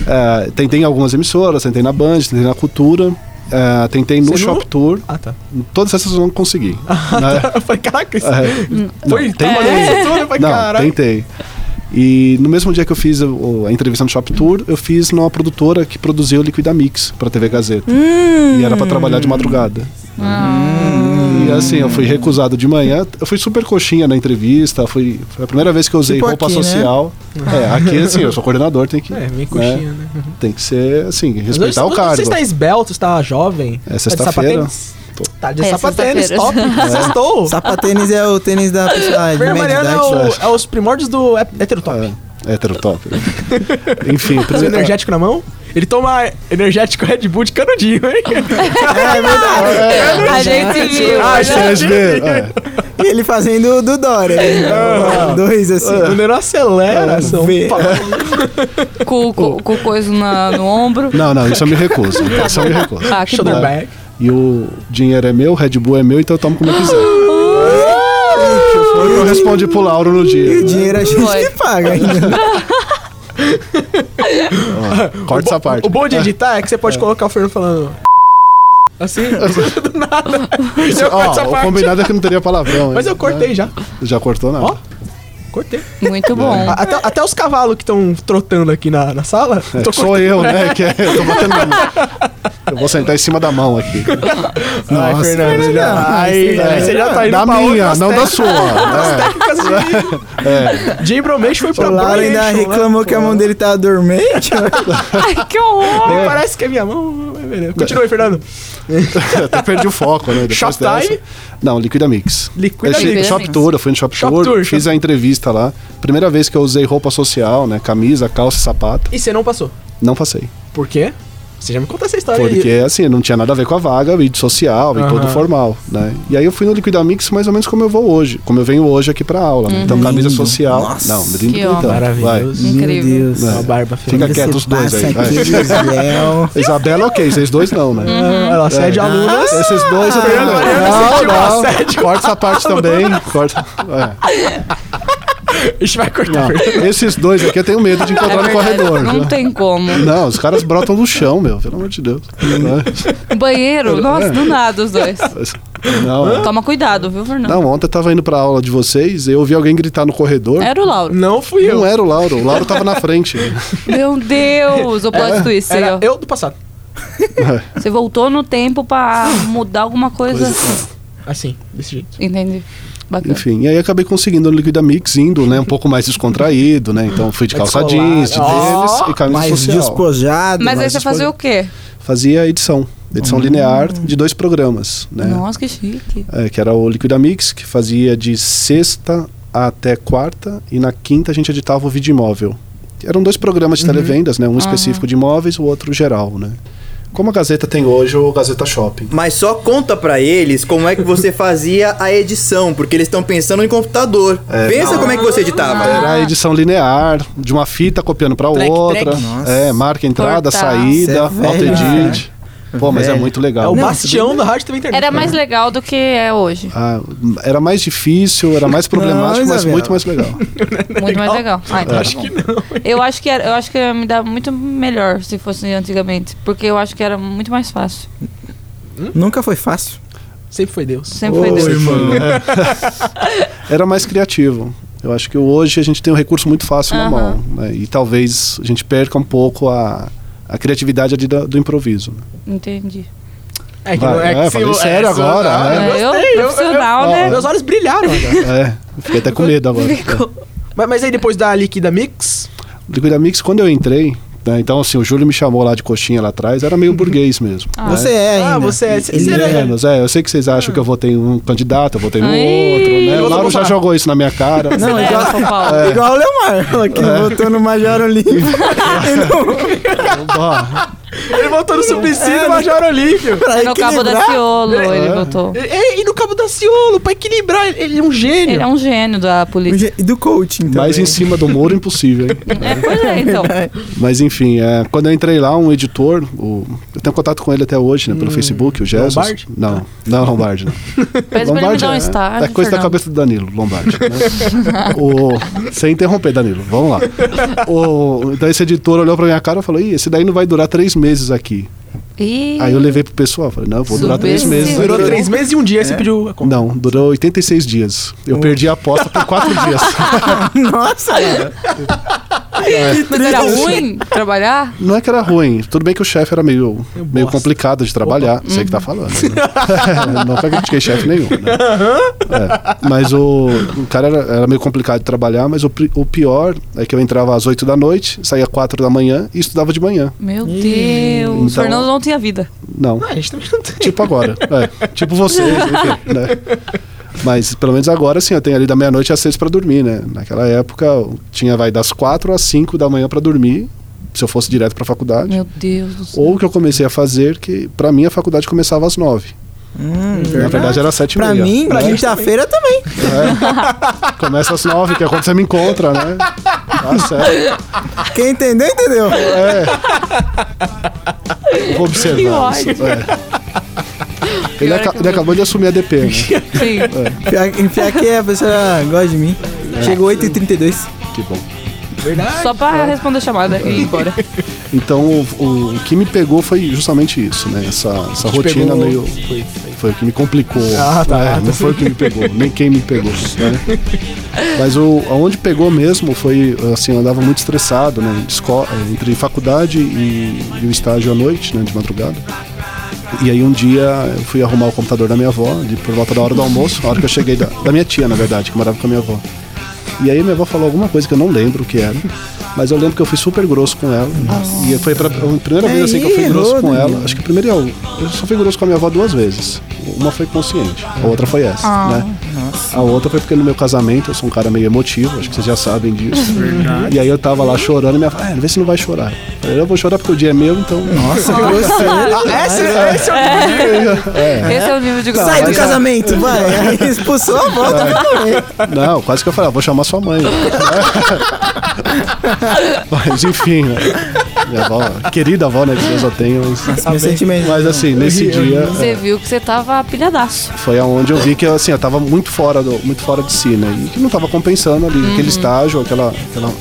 B: é, tentei em algumas emissoras, tentei na Band, tentei na Cultura, é, tentei no
A: Você não-
B: Shop Tour.
A: Ah, tá.
B: Todas essas eu não consegui. né?
A: Eu falei, caraca, isso
B: É.
A: foi
B: tem-
A: uma licenciatura, eu falei,
B: Não,
A: caralho.
B: tentei. E no mesmo dia que eu fiz o- a entrevista no Shop Tour, eu fiz numa produtora que produziu o Liquida Mix pra TV Gazeta. E era pra trabalhar de madrugada.
A: Hum.
B: E assim, eu fui recusado de manhã. Eu fui super coxinha na entrevista. Fui, foi a primeira vez que eu usei
F: Tipo
B: roupa
F: aqui, né?
B: social. É, aqui assim, eu sou coordenador, tem que.
A: É, meio coxinha, né?
B: Tem que ser assim,
A: Mas
B: respeitar
A: hoje-
B: o cargo.
A: Você está esbelto, você está jovem.
B: É sexta-feira. É.
A: Tá de sapatênis? Tá de
C: É,
A: sapatênis, top.
C: sexta-feira.
A: Sextou.
F: Sapatênis é o tênis da pessoa de
A: Fernando
F: média
A: Mariano é,
F: idade.
A: o-
B: acho.
A: é os primórdios do hé- heterotop.
B: É, hétero top. Enfim,
A: Mas o Tá energético na mão? Ele toma energético Red Bull de canudinho, hein?
C: A gente viu.
A: Ah,
C: olha.
A: gente.
B: É,
F: E ele fazendo o do Dória. né? Dois,
A: O
B: É.
F: assim.
A: Nero acelera, são
F: Vê.
A: pa-
C: Com, com, com coisa na- no ombro.
B: Não, não, isso eu me recuso. Isso eu me recuso.
C: Ah, que
A: shoulder
C: bom.
A: bag.
B: E o dinheiro é meu, o Red Bull é meu, então eu tomo como eu quiser.
A: Ah!
B: Foi o que eu respondi pro Lauro no
F: E o
B: dia.
F: dinheiro a gente
C: Foi.
F: que paga ainda.
B: Corta essa parte.
A: O bom de editar é que você pode colocar o Fernando falando. Assim, do nada. Eu corto essa
B: Ó, o
A: parte.
B: combinado é que não teria palavrão.
A: Mas
B: hein? É.
A: eu cortei já.
B: Já cortou, não.
A: Ó. Cortei.
C: Muito
B: É.
C: bom.
A: A- Até, até os cavalos que estão trotando aqui na, na sala.
B: É,
A: tô
B: sou
A: cortando.
B: eu, né? Que é, eu tô batendo na mão. Eu vou sentar em cima da mão aqui.
A: Ai,
B: Nossa,
A: Fernando,
B: mas
A: você
B: já-
A: já- aí, aí você já tá indo
B: da
A: pra
B: minha,
A: outras
B: não da
A: técnicas.
B: sua. né? É.
A: De Bromage foi pra
F: O Laura
A: Bromation,
F: ainda
A: né?
F: reclamou que a mão dele tá dormente.
C: Ai, que horror.
A: Ai, Parece que é minha mão. mas beleza. Continua aí, Fernando.
B: É. Até perdi o foco, né? depois
A: Shoptime?
B: dessa. Não, Liquida Mix.
A: Liquida
B: eu cheguei
C: Mix.
B: no Shop Tour, eu fui no Shop,
A: Shop
B: Tour,
A: Tour,
B: fiz a entrevista lá. Primeira vez que eu usei roupa social, né? Camisa, calça e sapato.
A: E você não passou.
B: Não passei.
A: Por quê? Você já me contou essa história aí.
B: Porque, assim, não tinha nada a ver com a vaga, e de social, e
A: Aham.
B: todo formal, né? E aí eu fui no Liquida Mix mais ou menos como eu vou hoje, como eu venho hoje aqui pra aula. né? Então, camisa social.
F: Nossa.
B: Não, lindo,
C: Que
B: então.
C: homem.
B: Vai.
A: Maravilhoso. Hum.
C: Incrível.
F: Deus. é
A: Uma barba feia.
B: Fica quieto os dois
F: Passa
B: aí. vai.
F: aquele gel.
B: Isabela, ok, vocês dois não, né?
A: Ela cede alunas.
B: Esses dois eu tenho.
A: Fernando Mariano sentiu
B: Não,
A: um
B: não.
A: assédio.
B: Corta essa parte também. Corta. É.
A: A gente vai cortar.
B: Não, esses dois aqui eu tenho medo de
C: É
B: encontrar no
C: verdade,
B: corredor.
C: Não
B: viu?
C: tem como.
B: Não, os caras brotam no chão, meu, pelo amor de Deus. é?
C: Banheiro, nossa, do nada os dois.
B: Não, é.
C: Toma cuidado, viu, Fernando?
B: não, ontem eu tava indo pra aula de vocês e eu ouvi alguém gritar no corredor.
C: Era o Lauro.
A: Não É, fui eu.
B: Não era o Lauro, o Lauro tava na frente.
C: Meu Deus, o
B: É.
C: plot twist. aí, ó.
A: Era eu do passado.
C: Você voltou no tempo pra mudar alguma coisa.
A: Assim, desse jeito.
C: Entendi. Bacana.
B: Enfim, e aí acabei conseguindo no Liquida Mix indo, né, um pouco mais descontraído, né? Então fui de
A: Mais
B: calça
A: descolado.
B: jeans, de
A: Ó,
B: tênis e camisa
F: Mais
B: social.
F: despojado.
C: Mas aí
F: mais
A: tipo,
C: você fazia o quê?
B: Fazia edição,
A: Hum.
B: edição linear de dois programas,
A: é.
B: né?
C: Nossa, que chique.
B: É, que era o Liquida Mix, que fazia de sexta até quarta, e na quinta a gente editava o vídeo imóvel. Eram dois programas de televendas, né? Um específico de imóveis, o outro geral, né? Como a Gazeta tem hoje o Gazeta Shopping.
D: Mas só conta pra eles como é que você fazia a edição, porque eles estão pensando em computador. Pensa como é que você editava.
B: Era a edição linear, de uma fita copiando pra
A: Track,
B: outra.
A: track.
F: Nossa.
B: É, marca entrada,
C: Cortar.
F: Você é
B: saída,
F: velho,
B: auto-edit. Pô, mas é
F: Velho.
B: muito
A: É
B: legal.
A: o
F: Não,
A: bastião da rádio TV internet.
C: Era mais legal do que é hoje.
B: Ah, era mais difícil, era mais problemático, mas
F: Isabel.
B: muito mais legal. É.
C: Muito mais legal. Ah, então tá
B: Acho
C: bom. Eu acho que era- eu acho que ia me dar muito melhor se fosse antigamente, porque eu acho que era muito mais fácil.
F: Nunca foi fácil.
A: Sempre foi Deus.
C: Sempre foi Deus.
B: Era mais criativo. Eu acho que hoje a gente tem um recurso muito fácil na
C: Aham.
B: mão. né? E talvez a gente perca um pouco a, a criatividade ali da- do improviso. né?
C: Entendi. É,
A: É
B: Vai, é, falei
A: eu-
B: sério
A: se eu-
B: agora,
A: Ah,
B: né?
A: eu
C: Eu,
A: gostei, eu-
C: profissional,
A: eu-
C: né?
A: Meus olhos brilharam agora.
B: É, eu fiquei até com medo agora. É.
C: Ficou.
A: mas, mas aí depois da Liquida Mix,
B: Liquida Mix, quando eu entrei, né, então assim, o Júlio me chamou lá de coxinha lá atrás, era meio burguês mesmo.
C: Ah.
B: né?
F: Você é
A: Ah,
F: ainda.
A: você é-
F: Ele
A: você
B: Menos,
A: é-
F: é.
B: é, eu sei que vocês acham que eu votei em um candidato, eu votei no
C: Ai.
B: outro, né?
A: Eu
B: O Lauro
A: vou
B: já
A: falar.
B: jogou isso na minha cara.
F: Não,
C: É,
F: igual,
C: São Paulo.
F: igual o Leomar, ela que votou no Major Olímpio.
B: Ó,
A: ele voltou no Suplicy
F: É,
A: do
F: né?
A: Major Olímpio.
F: pra
C: No Cabo
F: equilibrar.
C: da Ciolo,
A: É.
C: ele botou.
A: E, e- e no Cabo da Ciolo, pra equilibrar, ele, ele é um gênio.
C: Ele é um gênio da política.
F: E do então, né? coaching também.
B: Mas em cima do muro, impossível, hein?
A: Um
C: É, pois é, então.
B: Mas enfim, é, quando eu entrei lá, um editor, o- eu tenho contato com ele até hoje, né? Pelo Facebook, o Jesus.
A: Hum. Lombardi? Tá.
B: Não, não é Lombardi, não.
C: Pede pra ele me dar
A: né?
C: um
B: é-
C: estágio.
B: é coisa da
C: Fernando.
B: cabeça do Danilo, Lombardi. né? O- sem interromper, Danilo, vamos lá. O, então esse editor olhou pra minha cara e falou: Ih, esse daí não vai durar três meses aqui.
C: Ih,
B: Aí eu levei pro pessoal, falei, não, eu vou durar três
C: Subestimou.
B: meses.
A: Durou
B: aqui."
A: três meses e um dia, aí você pediu a conta.
B: Não, durou 86 dias. Eu perdi a aposta por quatro dias.
F: Nossa, cara.
C: mas era ruim trabalhar?
B: Não é que era ruim. Tudo bem que o chefe era meio, meio
A: bosta. Uhum.
B: complicado de trabalhar. Sei que tá falando. né? não foi que eu critiquei chefe nenhum. né? É, mas o, o cara era, era meio complicado de trabalhar, mas o, pri- o pior é que eu entrava às 8 da noite, saía 4 da manhã e estudava de manhã.
C: Meu Deus. O
B: Então-
C: Fernando não tinha vida.
B: Não.
A: Ah, a gente também não tem.
B: Tipo agora. É, tipo você, enfim, né? Mas pelo menos agora sim, eu tenho ali da meia-noite às seis pra dormir, né? Naquela época eu tinha vai das quatro às cinco da manhã pra dormir, se eu fosse direto pra faculdade.
C: Meu Deus do céu.
B: Ou o que eu comecei a fazer, que pra mim a faculdade começava às nove. Na verdade era às sete e
F: pra
B: meia.
F: mim,
B: né?
F: quinta-feira também.
B: Começa às nove, que é quando você me encontra, né? Tá certo.
F: Quem entendeu, entendeu.
B: Eu Vou observar
C: Que
B: isso. É. Ele,
C: Pior é
B: aca-
C: que eu
B: ele
C: não-
B: acabou de assumir a DP, né?
C: Sim.
F: Pior, pior que a pessoa gosta de mim. Chegou 8h32.
B: Que bom. É.
C: Só pra responder a chamada e ir embora.
B: Então o, o- o que me pegou foi justamente isso, né? Essa, essa
A: Te
B: rotina
A: pegou-
B: meio.
A: Foi, foi.
B: Foi o que me complicou.
A: Ah, tá,
B: né?
A: tá.
B: Não foi o que me pegou, nem quem me pegou. Né? Mas o, aonde pegou mesmo foi, assim, eu andava muito estressado, né? de esco- eh, Entre faculdade e, e o estágio à noite, né? De madrugada. E aí um dia eu fui arrumar o computador da minha avó, ali por volta da hora do almoço, a hora que eu cheguei da, da minha tia, na verdade, que morava com a minha avó. E aí minha avó falou alguma coisa que eu não lembro o que era, mas eu lembro que eu fui super grosso com ela. E foi pra, a primeira vez assim que eu fui
F: Aí,
B: grosso com
F: Rodrigo.
B: ela. Acho que primeiro eu, eu só fui grosso com a minha avó duas vezes. Uma foi consciente, a outra foi essa, né? A outra foi porque no meu casamento eu sou um cara meio emotivo, acho que vocês já sabem disso. E aí eu tava lá chorando e minha avó, ah, vê se não vai chorar. Eu falei, eu vou chorar porque o dia é meu, então.
F: Nossa, que gostoso.
A: Ah, esse, esse é o
C: Esse é o nível de gosto.
F: Sai do casamento, vai. Aí Expulsou, volta pra comer.
B: Não, quase que eu falei, ah, vou chamar sua mãe. mas enfim, né? Minha avó, querida avó, né? Que eu já tenho, mas.
F: Meu sentimento.
B: Mas assim, nesse dia
A: né?
C: Você viu que você tava pilhadaço.
B: é, foi aonde eu vi que assim, eu tava muito fora, do, muito fora de si, né? E que não tava compensando ali,
A: Uhum.
B: aquele estágio, aquela, aquela.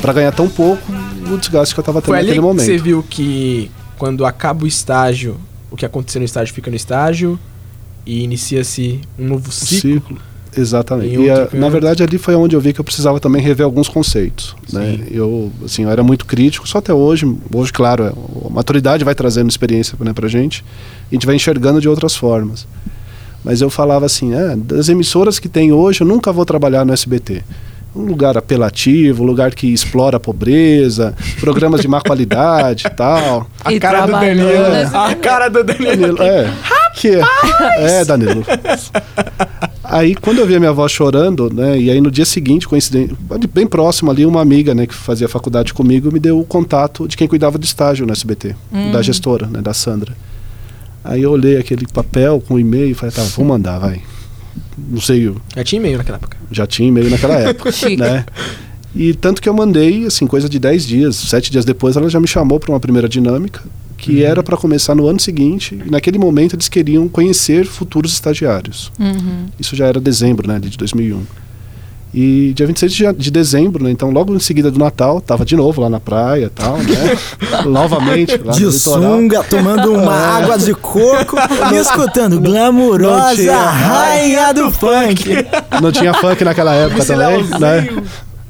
B: Pra ganhar tão pouco, o desgaste que eu tava tendo
A: Foi ali
B: naquele
A: que
B: momento.
A: você viu que quando acaba o estágio, o que aconteceu no estágio fica no estágio e inicia-se um novo ciclo.
B: ciclo. Exatamente.
A: Em
B: E,
A: outro
B: ah, na
A: canto.
B: verdade, ali foi onde eu vi que eu precisava também rever alguns conceitos. Né? Eu, assim, eu era muito crítico, só até hoje. Hoje, claro, é, a maturidade vai trazendo experiência né, pra gente. A gente vai enxergando de outras formas. Mas eu falava assim, "Ah, das emissoras que tem hoje, eu nunca vou trabalhar no SBT. Um lugar apelativo, um lugar que explora a pobreza, programas de má qualidade e tal.
C: e trabalhou
B: né?
C: né? nesse-
A: A cara do Danilo.
B: Danilo, é. Que é, é, Danilo. Aí, quando eu vi a minha avó chorando, né? E aí no dia seguinte, coincidente, bem próximo ali, uma amiga, né, que fazia faculdade comigo, me deu o contato de quem cuidava do estágio no SBT, da gestora, né, da Sandra. Aí eu olhei aquele papel com o e-mail e falei, tá, vou mandar, vai. Não sei, eu
A: Já tinha e-mail naquela época.
B: já tinha e-mail naquela época,
C: Chique.
B: né? E tanto que eu mandei, assim, coisa de 10 dias, 7 dias depois, ela já me chamou para uma primeira dinâmica, que era para começar no ano seguinte, e naquele momento eles queriam conhecer futuros estagiários. Isso já era dezembro, né, ali de 2001. E dia 26 de ja- de dezembro, né, então logo em seguida do Natal, tava de novo lá na praia e tal, né? Novamente lá no
F: De
B: litoral.
F: sunga, tomando uma água de coco e escutando
B: não
F: glamurosa
B: tinha.
F: rainha do funk.
B: Não tinha funk naquela época também, né?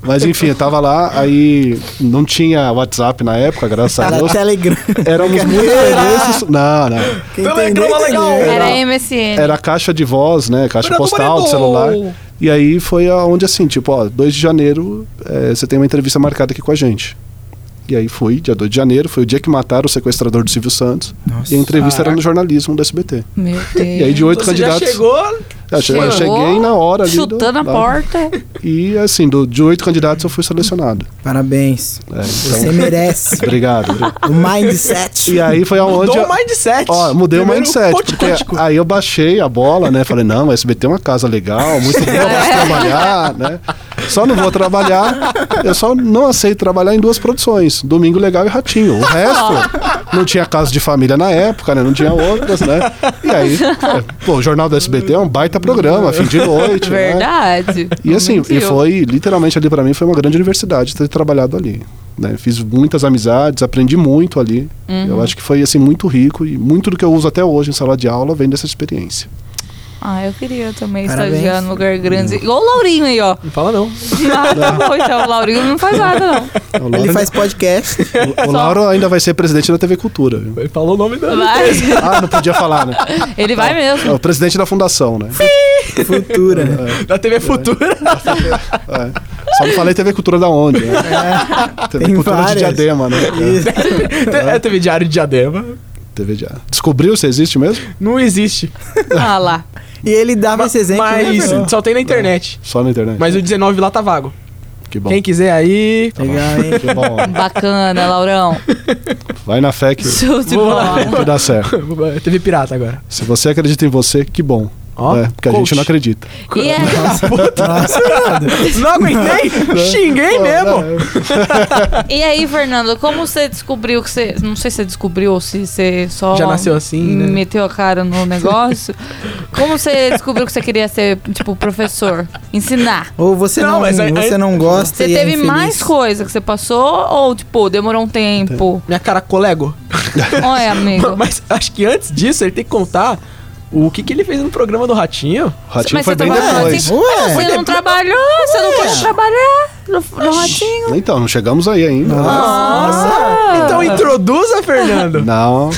B: Mas enfim, eu tava lá, aí não tinha WhatsApp na época, graças a
F: Era
B: Deus.
F: Telegram.
B: Éramos muito presos. Não, não.
F: Quem
A: Telegrama
F: entendeu,
A: legal.
F: entendeu.
C: Era MSN.
B: Era caixa de voz, né? Caixa
A: Fernando
B: postal do celular.
A: Moreno!
B: E aí foi onde assim, tipo, ó, 2 de janeiro, eh, você tem uma entrevista marcada aqui com a gente. E aí fui, dia 2 de janeiro, foi o dia que mataram o sequestrador do Silvio Santos. E a entrevista era no jornalismo do SBT.
C: Meu Deus.
B: E aí de oito
A: Então, Você já
B: candidatos. é,
A: chegou?
B: eu che- eu cheguei na hora ali. do-
C: Chutando a
B: lá.
C: porta.
B: E assim, do, de oito candidatos eu fui selecionado.
F: Parabéns.
B: É,
F: Você
B: então,
F: merece.
B: obrigado.
F: O mindset.
B: E aí foi aonde.
A: Mudou
B: eu-
A: o mindset.
B: Ó, mudei o
A: Primeiro
B: mindset,
A: ponto
B: porque
A: crítico.
B: aí eu baixei a bola, né? Falei, não, o SBT é uma casa legal, muito bom pra se trabalhar, né? Só não vou trabalhar, eu só não aceito trabalhar em duas produções, Domingo Legal e Ratinho. O resto, não tinha casa de família na época, né? Não tinha outras, né? E aí, é, pô, o Jornal do SBT é um baita programa, fim de noite, né?
C: Verdade.
B: E
C: Não
B: assim, e
C: mentiu.
B: foi literalmente ali pra mim foi uma grande universidade ter trabalhado ali. né? Fiz muitas amizades, aprendi muito ali.
F: Uhum.
B: Eu acho que foi assim muito rico e muito do que eu uso até hoje em sala de aula vem dessa experiência.
C: Ah, eu queria também
F: Parabéns.
C: estagiar num lugar grande. Igual o Laurinho aí, ó.
A: Não fala não.
C: Ah, tá bom, então. O Laurinho não faz nada, não.
B: O Lauro,
F: Ele faz podcast.
B: o- o Lauro ainda vai ser presidente da TV Cultura. viu?
A: Ele falou o nome dele.
C: Vai.
B: Ah, não podia falar, né?
C: Ele vai
B: É
C: mesmo.
B: o presidente da fundação, né?
F: Cultura.
A: Da TV Futura.
B: É. Só não falei TV Cultura da onde, né? TV
F: É. tem
B: Cultura de
F: várias.
B: Diadema, né? É,
F: Isso.
A: É TV Diário de Diadema.
B: TV Diadema. Descobriu se existe mesmo?
A: Não existe.
C: Ah lá.
F: E ele dava esse exemplo.
B: é
A: Mas
F: né, meu?
A: só tem na internet.
B: Só na internet.
A: Mas o 19 lá tá vago.
B: que bom.
A: Quem quiser aí.
F: Legal, hein?
B: Que bom.
C: Bacana, Laurão.
B: Vai na fé que,
C: Show de
A: Vou
C: bola.
A: lá.
B: que dá certo.
A: TV é Pirata agora.
B: Se você acredita em você, que bom.
A: Ó,
B: É, porque a
A: coach.
B: gente não acredita.
C: E aí,
A: Não aguentei! Xinguei mesmo!
C: e aí, Fernando, como você descobriu que você. Não sei se você descobriu ou se você só.
A: Já nasceu assim, né?
C: Meteu a cara no negócio. como você descobriu que você queria ser, tipo, professor? Ensinar.
F: Ou você
A: Não,
F: não,
A: mas aí-
F: você
A: aí-
F: não gosta
C: Você
F: e é
C: teve
F: infeliz.
C: mais coisa que você passou ou, tipo, demorou um tempo?
A: Minha cara, colego.
C: Olha, amigo.
A: Mas acho que antes disso ele tem que contar o que, que ele fez no programa do Ratinho.
B: O ratinho
C: Mas
B: foi
C: você
B: bem
C: trabalhou
B: depois.
C: assim?
F: Ué.
C: Você não trabalhou, você não pode trabalhar no, no ratinho.
B: Então, não chegamos aí ainda.
C: Ah.
A: Nossa! Então introduza, Fernando.
B: Não.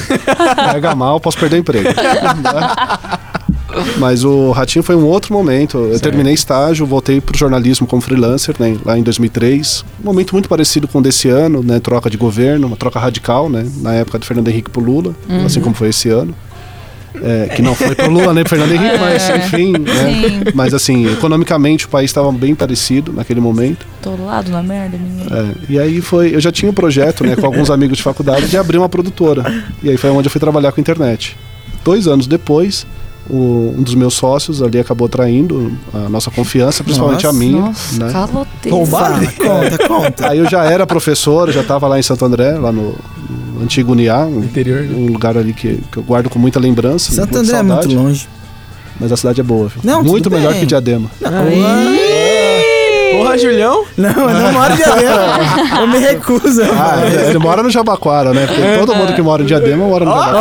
B: Pega mal, posso perder o emprego. Mas o Ratinho foi um outro momento. Eu terminei estágio, voltei pro jornalismo como freelancer né, lá em 2003. Um momento muito parecido com o desse ano, né? Troca de governo, uma troca radical, né? Na época do Fernando Henrique pro Lula,
C: Uhum.
B: assim como foi esse ano. É, que não foi pro Lula, né? pro Fernando Henrique, mas enfim.
C: É. Sim.
B: Né, mas assim, economicamente o país estava bem parecido naquele momento.
C: Tô do lado na merda, menino.
B: É, e aí foi, eu já tinha um projeto, né, com alguns amigos de faculdade de abrir uma produtora. E aí foi onde eu fui trabalhar com internet. Dois anos depois, o- um dos meus sócios ali acabou traindo a nossa confiança, principalmente a
F: Nossa,
B: minha.
C: Nossa,
B: né?
C: caloteiro.
F: Fala, conta, conta.
B: Aí eu já era professor, eu já estava lá em Santo André, lá no, no antigo Uniá, um,
A: Interior, né?
B: um lugar ali que, que eu guardo com muita lembrança. né,
F: Santo
B: muita
F: André é muito
B: saudade,
F: longe.
B: Mas a cidade é boa, viu?
F: Não,
B: muito
F: tudo
B: melhor
F: bem.
B: que Diadema.
A: Porra, Julião.
F: Não, eu não moro em Diadema. Eu me recuso.
B: Ah,
F: rapaz.
B: ele mora no Jabaquara, né? Porque todo mundo que mora em Diadema mora no Jabaquara.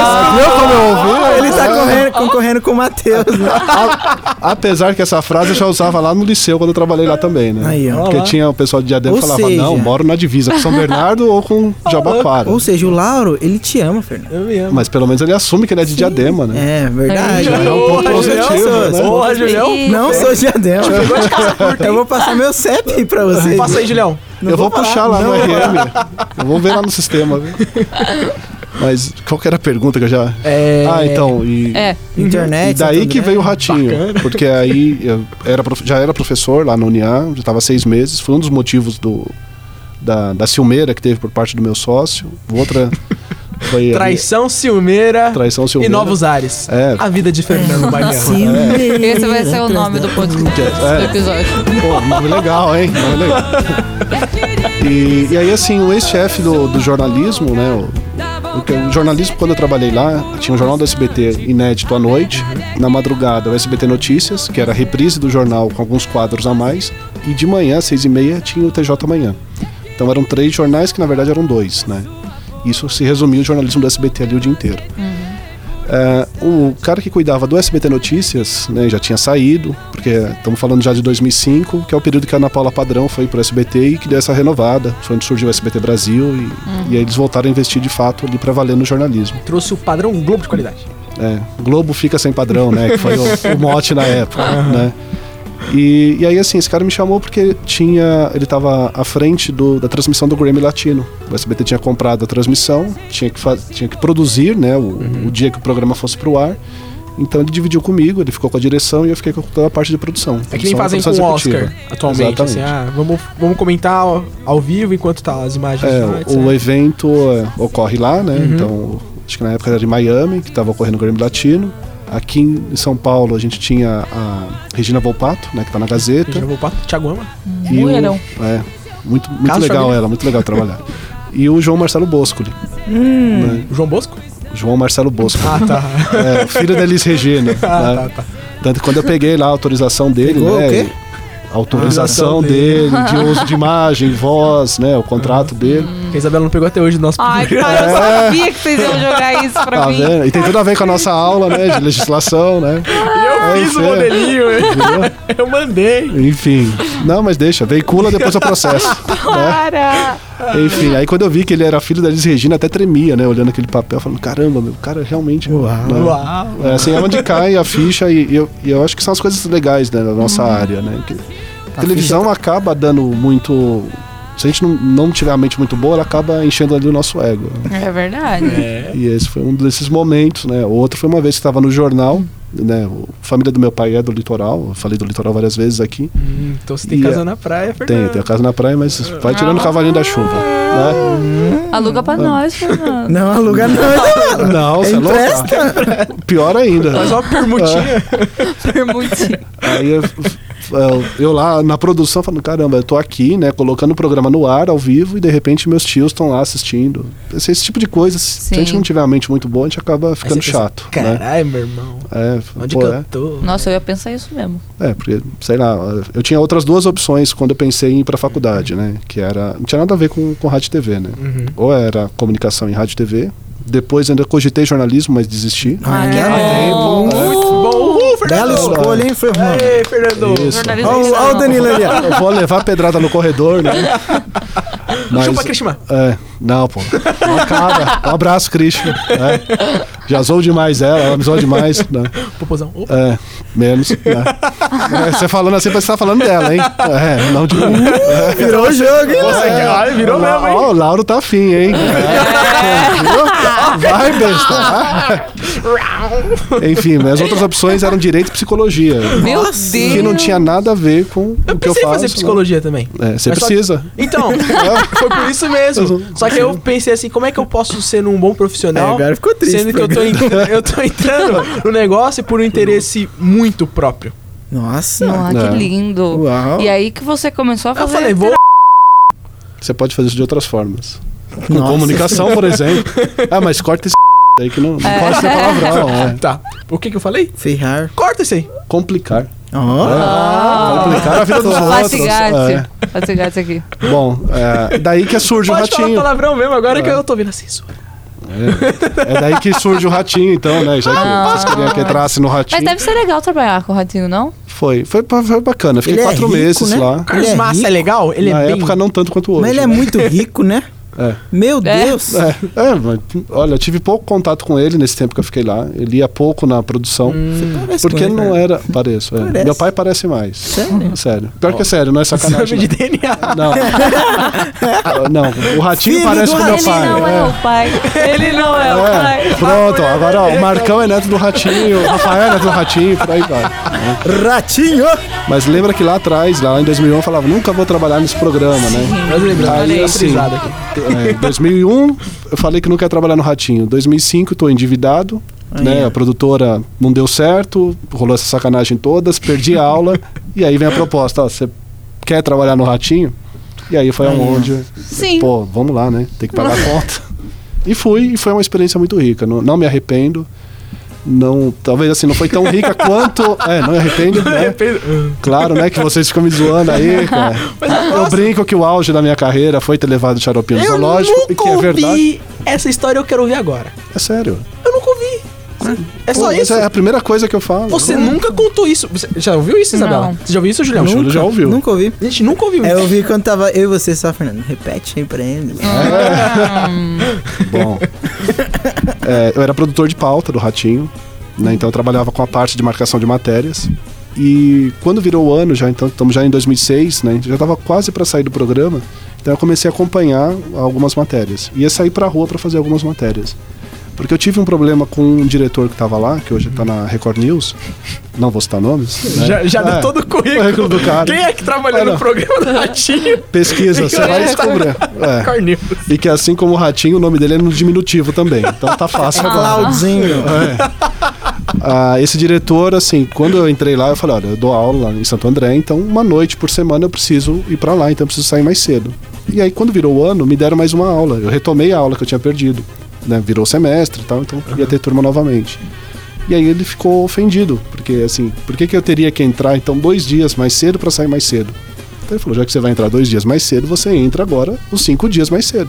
B: É. Viu como eu ouvi?
F: Ah, Ele tá correndo,
B: Ah.
F: concorrendo com o Matheus. né?
B: A- Apesar que essa frase eu já usava lá no liceu quando eu trabalhei lá também, né?
F: Aí, ó.
B: Porque tinha o pessoal de Diadema que
F: Ou
B: falava,
F: seja-
B: não, moro na divisa com São Bernardo ou com Jabaquara.
F: Ou seja, o Lauro, ele te ama, Fernando.
A: Eu me amo.
B: Mas pelo menos ele assume que ele é de Diadema, né?
F: É, verdade.
B: Já é um ponto
A: Porra,
B: positivo,
A: Julião.
B: né?
A: Porra, Julião.
C: E-
F: Não sou diadema. Eu vou passar meu CEP pra vocês.
A: Passa aí, Julião.
F: Não
B: eu vou
F: falar.
B: puxar lá
F: Não,
B: no RM. Eu vou ver lá no sistema. viu? Mas qual que era a pergunta que eu já.
A: É.
B: Ah, então. E...
C: É.
F: Internet.
B: E daí
F: Santo
B: que
F: André.
B: veio o ratinho, porque aí eu era, prof- já era professor lá na Uniá, já estava seis meses, foi um dos motivos do, da, da ciumeira que teve por parte do meu sócio. Outra foi a
A: Traição, ciumeira,
B: minha- traição
A: e
B: ciumeira.
A: novos ares.
B: É.
A: A vida de Fernando
B: né?
A: Baiano.
C: Esse vai ser o nome do podcast do episódio.
B: Pô, nome legal, hein? Nome legal. E, e aí, assim, o ex-chefe do, do jornalismo, né? O, o que- o jornalismo, quando eu trabalhei lá, tinha o jornal do SBT inédito à noite, na madrugada o SBT Notícias, que era a reprise do jornal com alguns quadros a mais, e de manhã, às seis e meia, tinha o TJ Manhã. Então eram três jornais que na verdade eram dois, né? Isso se resumia o jornalismo do SBT ali o dia inteiro. É, o cara que cuidava do SBT Notícias né, já tinha saído, porque estamos falando já de 2005, que é o período que a Ana Paula Padrão foi para o SBT e que deu essa renovada. Foi onde surgiu o SBT Brasil e, e aí eles voltaram a investir de fato ali para valer no jornalismo.
A: Trouxe o padrão Globo de qualidade.
B: É, Globo fica sem padrão, né? Que foi o, o mote na época, né? E, e aí, assim, esse cara me chamou porque tinha. Ele tava à frente do- da transmissão do Grammy Latino. O SBT tinha comprado a transmissão, tinha que, faz- tinha que produzir, né? O, o dia que o programa fosse pro ar. Então ele dividiu comigo, ele ficou com a direção e eu fiquei com toda a parte de produção.
A: É que nem fazem
B: Produção-
A: com
B: produção
A: o Oscar
B: executiva.
A: atualmente. Assim,
B: Exatamente.
A: ah, vamos, vamos comentar ao, ao vivo enquanto tá lá as imagens.
B: É,
A: lá, etc.
B: o evento é, ocorre lá, né?
A: Uhum.
B: Então, acho que na época era em Miami, que estava ocorrendo o Grammy Latino. Aqui em São Paulo a gente tinha a Regina Volpato, né, que tá na Gazeta.
A: Regina Volpato, Thiago Ama.
B: E o-
C: Mulherão.
B: é, muito muito
A: Caso
B: legal
A: Família.
B: ela, muito legal trabalhar. E o João Marcelo Boscoli. né?
A: João Bosco?
B: João Marcelo Boscoli.
A: Ah, tá.
B: É, o filho da Elis Regina. né?
A: ah, tá, tá.
B: Tanto que quando eu peguei lá a autorização dele,
F: Pegou
B: né?
F: o quê?
B: a Autorização
A: Autorização
B: dele, de uso de imagem, voz, né? O
A: Ah,
B: contrato dele.
A: Que a Isabela não pegou até hoje o nosso
B: Ah,
C: Ai,
A: primeiro.
C: cara, eu sabia que vocês iam jogar isso pra
B: Tá
C: mim.
B: vendo? E tem tudo a ver com a nossa aula, né? De legislação, né?
A: Eu
B: É
A: fiz
B: isso,
A: o
B: é.
A: modelinho, eu mandei.
B: Enfim. Não, mas deixa. Veicula, depois eu processo. né?
C: Para!
B: Enfim, aí quando eu vi que ele era filho da Elis Regina, até tremia, né? Olhando aquele papel, falando, caramba, meu, o cara realmente... né?
A: Uau.
B: É, assim, é onde cai a ficha e, e eu, e eu acho que são as coisas legais né, da nossa
A: Uhum.
B: área, né? Que a televisão acaba dando muito... Se a gente não, não tiver a mente muito boa, ela acaba enchendo ali o nosso ego. né?
C: É verdade.
B: E esse foi um desses momentos, né? O outro foi uma vez que estava no jornal, né? O- A família do meu pai é do litoral, eu falei do litoral várias vezes aqui.
A: Hum, então você tem
B: E
A: casa
B: é-
A: na praia, Fernando.
B: Tem, tem a casa na praia, mas vai tirando o cavalinho da chuva, né?
C: Aluga pra nós, Fernando.
F: Não, aluga não.
B: Não, você é louco. Pior ainda. É.
A: Faz uma permutinha.
C: É Permute.
B: Aí eu, eu- eu lá na produção falando, caramba, eu tô aqui, né, colocando o programa no ar, ao vivo, e de repente meus tios estão lá assistindo. Esse, esse tipo de coisa, se a gente
C: Sim.
B: não tiver a mente muito boa, a gente acaba tá ficando
A: pensa,
B: chato, né?
A: Caralho, meu irmão.
B: É,
A: Onde
B: pô,
A: que
B: é.
A: eu tô?
C: Nossa, eu ia pensar isso mesmo.
B: É, porque, sei lá, eu tinha outras duas opções quando eu pensei em ir pra faculdade, né? Que era. Não tinha nada a ver com, com rádio e TV, né? Ou era comunicação em rádio e TV. Depois ainda cogitei jornalismo, mas desisti.
F: Ah, que
C: bom.
A: Muito bom. Uhul, Fernando.
F: Bela escolha, hein? Foi ruim.
A: Ei, Fernando.
B: Isso.
C: Jornalismo
F: Olha o- olha o
C: não.
F: Danilo ali, ó.
B: Eu vou levar pedrada no corredor, né? Mas,
A: Chupa, Krishna.
B: É, não, pô. Não acaba. Um abraço, Krishna. né? Já zoou demais ela, ela me zoou demais. né?
A: Popozão. Opa.
B: É, menos. né? É, Você falando assim, parece que você tá falando dela, hein? É, não de mim.
F: Virou o jogo, hein?
A: Nossa, caralho, É, virou
B: Lá-
A: mesmo, hein? É.
B: Ó, o Lauro tá afim, hein? Viu? Vai, besta. vai. Enfim, minhas outras opções eram direito e psicologia.
C: Meu Deus.
B: Que não tinha nada a ver com o que eu
A: Pensei em
B: faço.
A: fazer
B: né?
A: psicologia também.
B: É, você
A: Mas só-
B: precisa.
A: Então, foi por isso mesmo. Só que eu pensei assim, como é que eu posso ser um bom profissional?
F: É, agora ficou triste
A: Sendo que eu tô, en- eu tô entrando no negócio por um interesse muito próprio.
F: Nossa.
C: Ah,
B: Não.
C: que lindo.
F: Uau.
C: E aí que você começou a
A: Eu
C: fazer.
A: falei, vou.
B: Você pode fazer isso de outras formas. Com
F: Nossa.
B: comunicação, por exemplo. Ah, mas corta esse aí que não, não pode ser palavrão. É.
A: Tá. O que que eu falei?
F: Ferrar.
A: Corta isso
B: Um
A: aí.
B: Complicar. É,
F: Ó.
C: Ah.
A: Ah.
B: Complicar a vida dos outros.
C: Fatigate. Fatigate aqui.
B: É. Bom, é, daí que surge o
A: Pode falar
B: ratinho.
A: palavrão mesmo agora que eu tô vendo assim. Isso.
B: É daí que surge o ratinho, então, né? Já que vocês queriam que entrasse no ratinho.
C: Ah. Mas deve ser legal trabalhar com o ratinho, não?
B: Foi, foi, foi bacana. Fiquei
F: Ele é
B: quatro
F: rico,
B: meses
F: né?
B: lá.
A: Carlos
F: Ele é
A: Massa é
F: rico?
A: legal? Ele
B: Na
A: é bem...
B: época, não tanto quanto hoje.
F: Mas ele é
B: né?
F: muito rico, né?
B: É.
F: Meu
C: É.
F: Deus!
B: É, é, mas, olha, eu tive pouco contato com ele nesse tempo que eu fiquei lá. Ele ia pouco na produção.
F: Hum. Parece
B: Porque
F: com ele,
B: não
F: cara.
B: era. Pareço. é.
F: Parece.
B: Meu pai parece mais.
F: Sério?
B: Sério. Pior que é sério, não é sacanagem.
A: Exame de DNA.
B: Não. não, o ratinho
F: Filho
B: parece
F: do
B: com meu
C: Ele
B: pai.
C: não é.
F: um
C: o pai. Ele não é, o pai.
B: É, pronto, agora ó, o Marcão é neto do Ratinho, o Rafael é neto do Ratinho, por aí vai.
F: Ratinho!
B: Mas lembra que lá atrás, lá em 2001, eu falava, nunca vou trabalhar nesse programa, né?
A: Mas lembrando,
B: Aí,
A: olha
B: assim,
A: frisado aqui.
B: É, 2001, eu falei que nunca ia trabalhar no Ratinho. 2005, tô endividado, né? A produtora não deu certo, rolou essa sacanagem todas, perdi a aula. E aí vem a proposta, ó, você quer trabalhar no Ratinho? E aí foi aonde...
C: Sim.
B: Pô, vamos lá, né? Tem que pagar a conta. E fui, e foi uma experiência muito rica. Não, não me arrependo. Não, talvez assim, não foi tão rica quanto. É, não me arrependo, né? Claro, né? Que vocês ficam me zoando aí, cara. Eu brinco que o auge da minha carreira foi ter levado o xaropinho no
A: Eu
B: zoológico, e
A: nunca
B: que é verdade.
A: ouvi essa história, eu quero ouvir agora.
B: É sério.
A: Eu nunca ouvi. É
B: Pô,
A: só isso.
B: Essa é a primeira coisa que eu falo.
A: Você nunca contou isso. Você já ouviu isso, Isabela?
C: Não.
A: Você já ouviu isso, Julião?
B: Júlio já ouviu.
F: Nunca ouvi.
A: A gente nunca ouviu
F: É,
A: isso.
F: Eu ouvi quando tava eu e você só, Fernando. Repete aí pra ele.
B: É. Bom. É, eu era produtor de pauta do Ratinho, né? Então eu trabalhava com a parte de marcação de matérias. E quando virou o ano, já então, estamos já em 2006, né? Já estava quase para sair do programa. Então eu comecei a acompanhar algumas matérias. Ia sair para rua para fazer algumas matérias. Porque eu tive um problema com um diretor que estava lá, que hoje está na Record News. Não vou citar nomes. né?
A: Já, já
B: É,
A: deu todo o currículo.
B: currículo do cara.
A: Quem é que trabalhou
B: É,
A: no
B: não.
A: programa do Ratinho?
B: Pesquisa, você vai descobrir.
A: tá
B: É.
A: Cornil.
B: E que assim como o ratinho, o nome dele é no diminutivo também. Então tá fácil agora. É.
F: Claudinho.
B: Ah, esse diretor, assim, quando eu entrei lá, eu falei, olha, eu dou aula lá em Santo André, então uma noite por semana eu preciso ir pra lá, então eu preciso sair mais cedo. E aí, quando virou o ano, me deram mais uma aula. Eu retomei a aula que eu tinha perdido. Né? Virou semestre e tal, então ia ter turma novamente. E aí ele ficou ofendido, porque assim, por que, que eu teria que entrar então dois dias mais cedo pra sair mais cedo? Então ele falou, já que você vai entrar dois dias mais cedo, você entra agora os cinco dias mais cedo.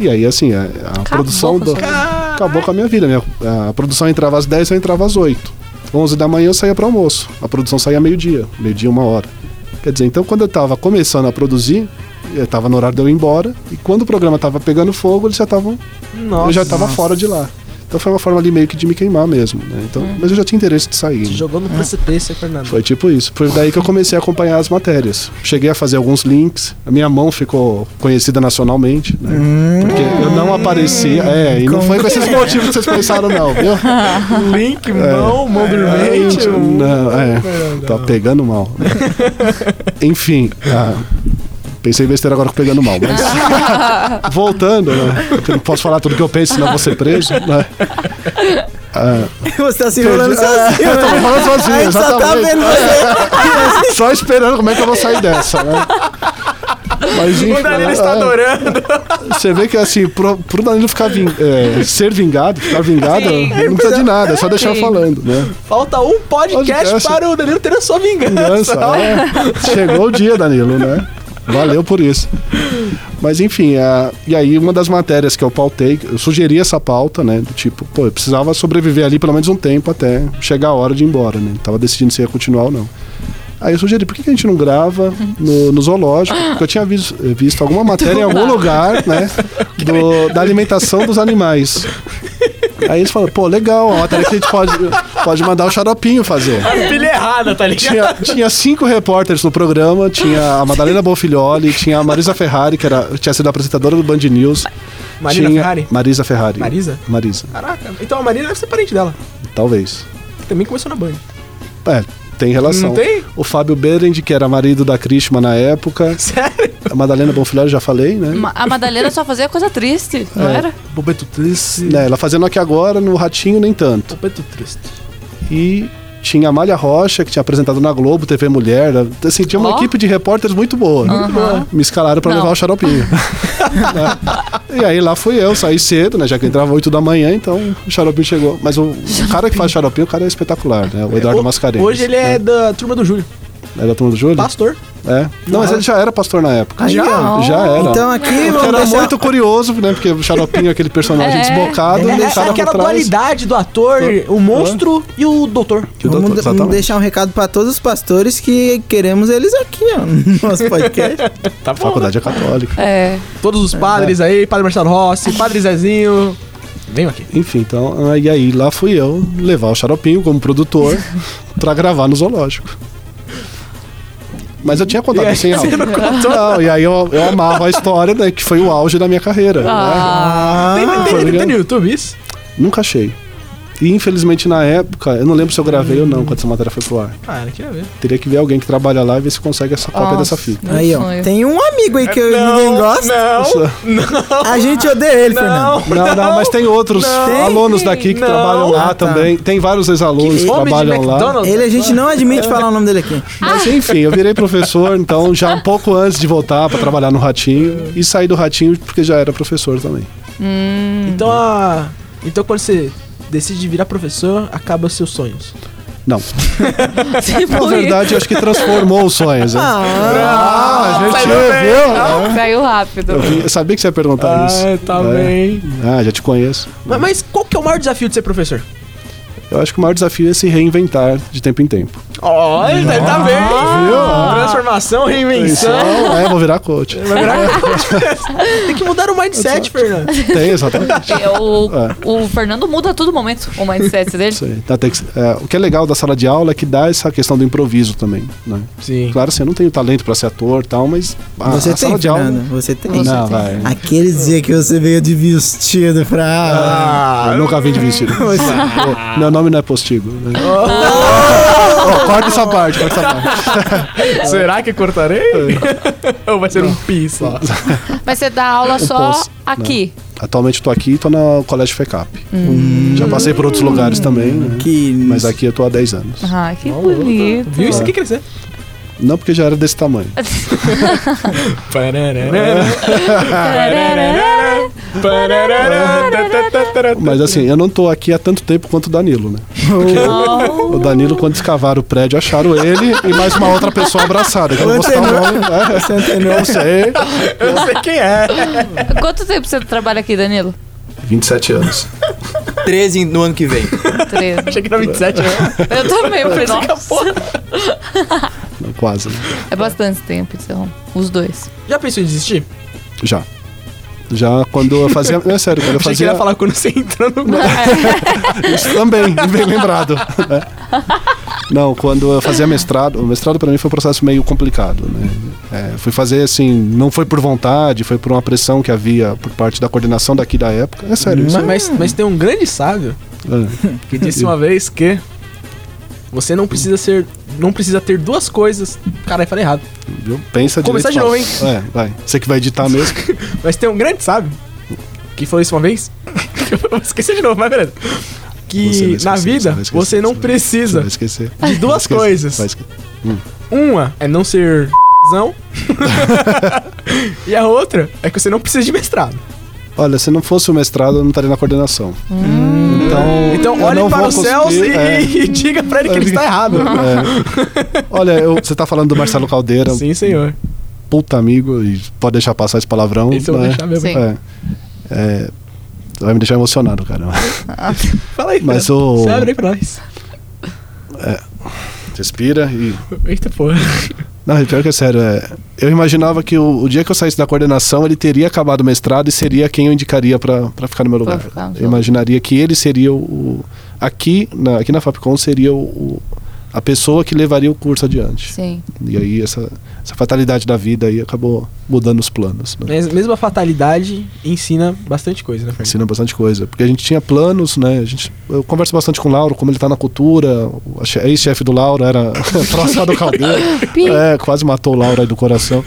B: E aí, assim, a, a produção
C: com
B: do.
C: a sua
B: Acabou com a minha vida. Minha, a produção entrava às 10, eu entrava às 8. 11 da manhã eu saía para almoço. A produção saía meio-dia, meio-dia, uma hora. Quer dizer, então quando eu tava começando a produzir, eu tava no horário de eu ir embora, e quando o programa tava pegando fogo, eles já estavam
A: Nossa.
B: eu já tava fora de lá. Então foi uma forma ali meio que de me queimar mesmo, né? Então, mas eu já tinha interesse de sair. né?
A: Jogou no precipício, Fernando.
B: Foi tipo isso. Foi daí que eu comecei a acompanhar as matérias. Cheguei a fazer alguns links. A minha mão ficou conhecida nacionalmente, né? Porque eu não aparecia. É, e não foi com esses motivos que vocês pensaram, não, viu?
A: Link, mão, mão dormente. um-
B: Não, é. Tá pegando mal. Enfim. ah, Pensei besteira agora com pegando mal, mas. Voltando, né? Porque eu não posso falar tudo que eu penso, senão eu vou ser preso, né?
F: Você tá se enrolando sozinho.
B: Eu tô
F: né?
B: falando sozinho,
F: A gente só tá
B: É, exatamente. É,
F: vendo você.
B: Só esperando como é que eu vou sair dessa, né? Mas, enfim,
A: O Danilo
B: é,
A: está adorando.
B: Você vê que assim, pro, pro Danilo ficar ving, é, ser vingado, ficar vingado,
C: Sim.
B: não precisa de nada, é só deixar
C: Sim.
B: falando, né?
A: Falta um podcast
B: Podcast.
A: para o Danilo ter a sua vingança.
B: Dança, é. Chegou o dia, Danilo, né? Valeu por isso. Mas enfim, a- e aí uma das matérias que eu pautei, eu sugeri essa pauta, né? Do tipo, pô, eu precisava sobreviver ali pelo menos um tempo até chegar a hora de ir embora, né? Tava decidindo se ia continuar ou não. Aí eu sugeri, por que que a gente não grava no, no zoológico? Porque eu tinha vis- visto alguma matéria em algum lugar, né? do- da alimentação dos animais. Aí eles falaram, pô, legal, uma matéria que a gente pode, pode mandar o xaropinho fazer
A: Pilha errada, tá ligado?
B: tinha, tinha cinco repórteres no programa, tinha a Madalena Bonfilioli, tinha a Marisa Ferrari, que era, tinha sido apresentadora do Band News.
A: Marina
B: tinha-
A: Ferrari?
B: Marisa Ferrari.
A: Marisa?
B: Marisa,
A: Caraca. Então a Marina deve ser parente dela.
B: talvez.
A: que Também começou na Band.
B: É, tem relação.
A: Não tem?
B: O Fábio Berend, que era marido da Krishma na época.
A: Sério?
B: A Madalena Bonfilioli, já falei, né?
C: Ma- A Madalena só fazia coisa triste,
B: É.
C: não era?
A: Bobeto triste.
B: né? Ela fazendo aqui agora, no Ratinho, nem tanto.
A: Bobeto triste.
B: E... Tinha a Malha Rocha, que tinha apresentado na Globo, TV Mulher. Assim, tinha uma
C: Ó.
B: equipe de repórteres muito boa. Me escalaram pra
C: Não.
B: levar o xaropinho. Né? E aí lá fui eu, saí cedo, né? Já que eu entrava 8 da manhã, então o xaropinho chegou. Mas o, o cara que faz xaropinho, o cara é espetacular, né? O Eduardo Mascarenhas.
A: Hoje ele é da turma do Júlio.
B: É da turma do Júlio?
A: Pastor.
B: É. Não, mas ele já era pastor na época.
F: Aí, ó.
B: Já era.
F: Então aqui,
B: Eu era
F: vamos deixar...
B: muito curioso, né? Porque o Xaropinho é aquele personagem
C: É.
B: desbocado, né,
A: É,
B: deixado um pra
A: aquela
B: trás.
A: dualidade do ator, o monstro e o doutor.
B: Que o doutor- tá
F: Vamos, de- vamos
B: então, exatamente.
F: deixar um recado pra todos os pastores que queremos eles aqui, ó, no nosso podcast.
A: Tá
B: Faculdade é católica.
C: É.
A: Todos os padres
B: É.
A: aí, Padre Marcelo Rossi, Padre Zezinho. Venham aqui.
B: Enfim, então, ah, e aí lá fui eu levar o Xaropinho como produtor pra gravar no zoológico. Mas eu tinha contado
A: E aí,
B: sem
A: você
B: áudio.
A: não contou?
B: Não, e aí eu, eu amava a história, né? Que foi o auge da minha carreira. né?
C: Ah.
A: tem, tem- tem-
B: foi
A: tem
B: legal.
A: no YouTube isso?
B: Nunca achei. E infelizmente na época, eu não lembro se eu gravei ou não quando essa matéria foi pro ar.
A: Cara, Ah, queria ver.
B: Teria que ver alguém que trabalha lá e ver se consegue essa cópia dessa fita.
C: Meu
F: Aí, ó.
C: sonho.
F: Tem um amigo aí que
B: É,
F: ninguém gosta.
A: Não,
F: A gente odeia ele, Fernando.
A: não,
B: Não, não, mas tem outros
A: Não.
B: alunos daqui que
A: Não.
B: trabalham lá
F: Ah, tá.
B: também. Tem vários ex-alunos que
A: Homem de
B: trabalham lá.
A: McDonald's.
F: Ele a gente não admite falar o nome dele aqui.
B: Mas enfim, eu virei professor, então já um pouco antes de voltar pra trabalhar no Ratinho. E saí do Ratinho porque já era professor também.
A: Então, a- então quando você decide virar professor, acaba os seus sonhos.
B: Não, na verdade eu acho que transformou os sonhos. né? Ah, a gente
C: Saiu bem.
B: viu?
C: Saiu rápido.
B: né? Eu vi- Eu sabia que você ia perguntar isso.
A: tá
B: né? Ah, já te conheço.
A: É. Mas, mas qual que é o maior desafio de ser professor?
B: Eu acho que o maior desafio é se reinventar de tempo em tempo.
A: Olha, tá bem.
B: Viu?
A: Transformação, reinvenção.
B: Então, é, vou virar coach.
A: Tem que mudar o mindset, Fernando.
B: Tem, exatamente.
C: É, O, o Fernando muda a todo momento o mindset dele.
B: Isso aí. Tá, tem que ser- é, o que é legal da sala de aula é que dá essa questão do improviso também, né?
A: Sim.
B: Claro, assim, eu não tenho talento pra ser ator e tal, mas a,
F: Você
B: Ah, a sala
F: tem,
B: de aula... né?
F: Fernando. Você tem.
B: Não, vai.
F: Aquele dia que você veio de vestido pra aula.
B: Ah, eu nunca vim de vestido. Ô, Meu nome não é postigo. né? Ô, corta essa parte, corta essa parte.
A: Será que cortarei? Ou vai ser um pi só?
C: Mas você dá aula só
B: poço.
C: aqui.
B: Atualmente eu tô aqui e tô no Colégio FECAP. Já passei por outros lugares também, né?
F: Hum. Que
B: Mas aqui eu tô há 10 anos.
C: Ah, que bonito.
A: Viu isso aqui crescer?
B: Não porque já era desse tamanho.
F: É
A: Né?
B: Mas assim, eu não tô aqui há tanto tempo quanto o Danilo, né? O Danilo, quando escavaram o prédio, acharam ele e mais uma outra pessoa abraçada. Que eu não vou citar o nome.
F: Você entendeu?
B: né? Eu sei.
A: Eu sei quem é.
C: Quanto tempo você trabalha aqui, Danilo?
B: 27 anos.
D: 13 no ano que vem.
C: 13.
A: Achei que era 27 anos.
C: Eu também, falei, nossa.
B: Não, quase. né?
C: É bastante tempo, então. Os dois.
A: Já pensou em desistir?
B: Já. Já quando eu fazia. É sério, quando eu
A: Achei que
B: fazia.
A: ia falar quando você entrou no
B: Isso também, bem lembrado. né? Não, quando eu fazia mestrado, o mestrado para mim foi um processo meio complicado, né? É, fui fazer assim, não foi por vontade, foi por uma pressão que havia por parte da coordenação daqui da época. É sério, isso.
A: Mas, mas tem um grande sábio
B: É.
A: Hum. que disse uma vez que você não precisa ser. Não precisa ter duas coisas. Caralho, falei errado.
B: Viu? Pensa
A: Começar
B: direito,
A: de
B: fala. É, vai. Você que vai editar mesmo.
A: Mas tem um grande sábio que falou isso uma vez. Eu vou esquecer de novo, mas beleza.
B: Você vai
A: Que
B: esquecer,
A: na vida
B: vai
A: você,
B: esquecer,
A: não
B: vai- Você
A: precisa
B: vai esquecer.
A: de duas
B: Esquece-
A: coisas.
B: vai esque-
A: Uma é não ser zão. e a outra é que você não precisa de mestrado.
B: Olha, se não fosse o mestrado, eu não estaria na coordenação. Então,
A: Então
B: eu
A: olhe
B: não
A: para
B: vou
A: os céus e,
B: conseguir, é.
A: e diga pra ele que ele está errado.
B: É. Olha, eu- você tá falando do Marcelo Caldeira,
A: Sim, senhor.
B: puta amigo, e pode deixar passar esse palavrão.
A: Isso eu vou
B: né?
A: deixar mesmo.
C: Sim.
B: É. É, vai me deixar emocionado, cara.
A: Fala aí,
B: Mas
A: cara.
B: o-
A: Você abre aí pra nós.
B: Respira e.
A: Eita porra.
B: Não, é pior que é sério. é, Eu imaginava que o, o dia que eu saísse da coordenação, ele teria acabado o mestrado e seria quem eu indicaria pra pra ficar no meu
C: Pra
B: lugar.
C: ficar no seu
B: Eu imaginaria que ele seria o. o- aqui, na, aqui na Fapcon seria o, o- a pessoa que levaria o curso adiante.
C: Sim.
B: E aí essa, essa fatalidade da vida aí acabou mudando os planos. né?
A: Mas mesmo a fatalidade ensina bastante coisa, né, Fernando?
B: ensina bastante coisa. Porque a gente tinha planos, né? A gente, eu converso bastante com o Lauro, como ele tá na cultura. o- A che- a ex-chefe do Lauro era próxima do caldeiro.
C: Pi.
B: É, quase matou o Lauro aí do coração.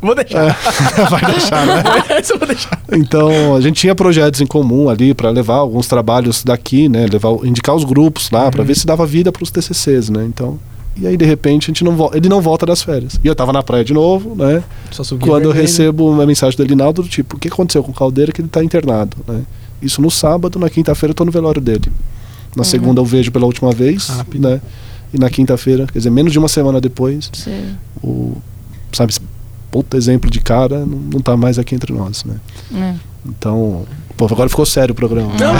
A: Vou deixar.
B: É, Vai deixar, né?
A: Essa eu vou deixar.
B: Então, a gente tinha projetos em comum ali para levar alguns trabalhos daqui, né? Levar, o- indicar os grupos lá para ver se dava vida para os TCCs, né? Então, e aí de repente a gente não vo- ele não volta das férias. E eu tava na praia de novo, né?
A: Só subir
B: Quando eu
A: vermelho.
B: recebo uma mensagem do Elinaldo do tipo, o que aconteceu com o Caldeira que ele tá internado, né? Isso no sábado, na quinta-feira eu tô no velório dele. Na segunda eu vejo pela última vez,
A: Rápido.
B: né? e na quinta-feira, quer dizer, menos de uma semana depois,
C: Sim.
B: o, sabe, esse puta exemplo de cara não, não tá mais aqui entre nós, né?
C: É.
B: Então, pô, agora ficou sério o programa.
A: Não, Então,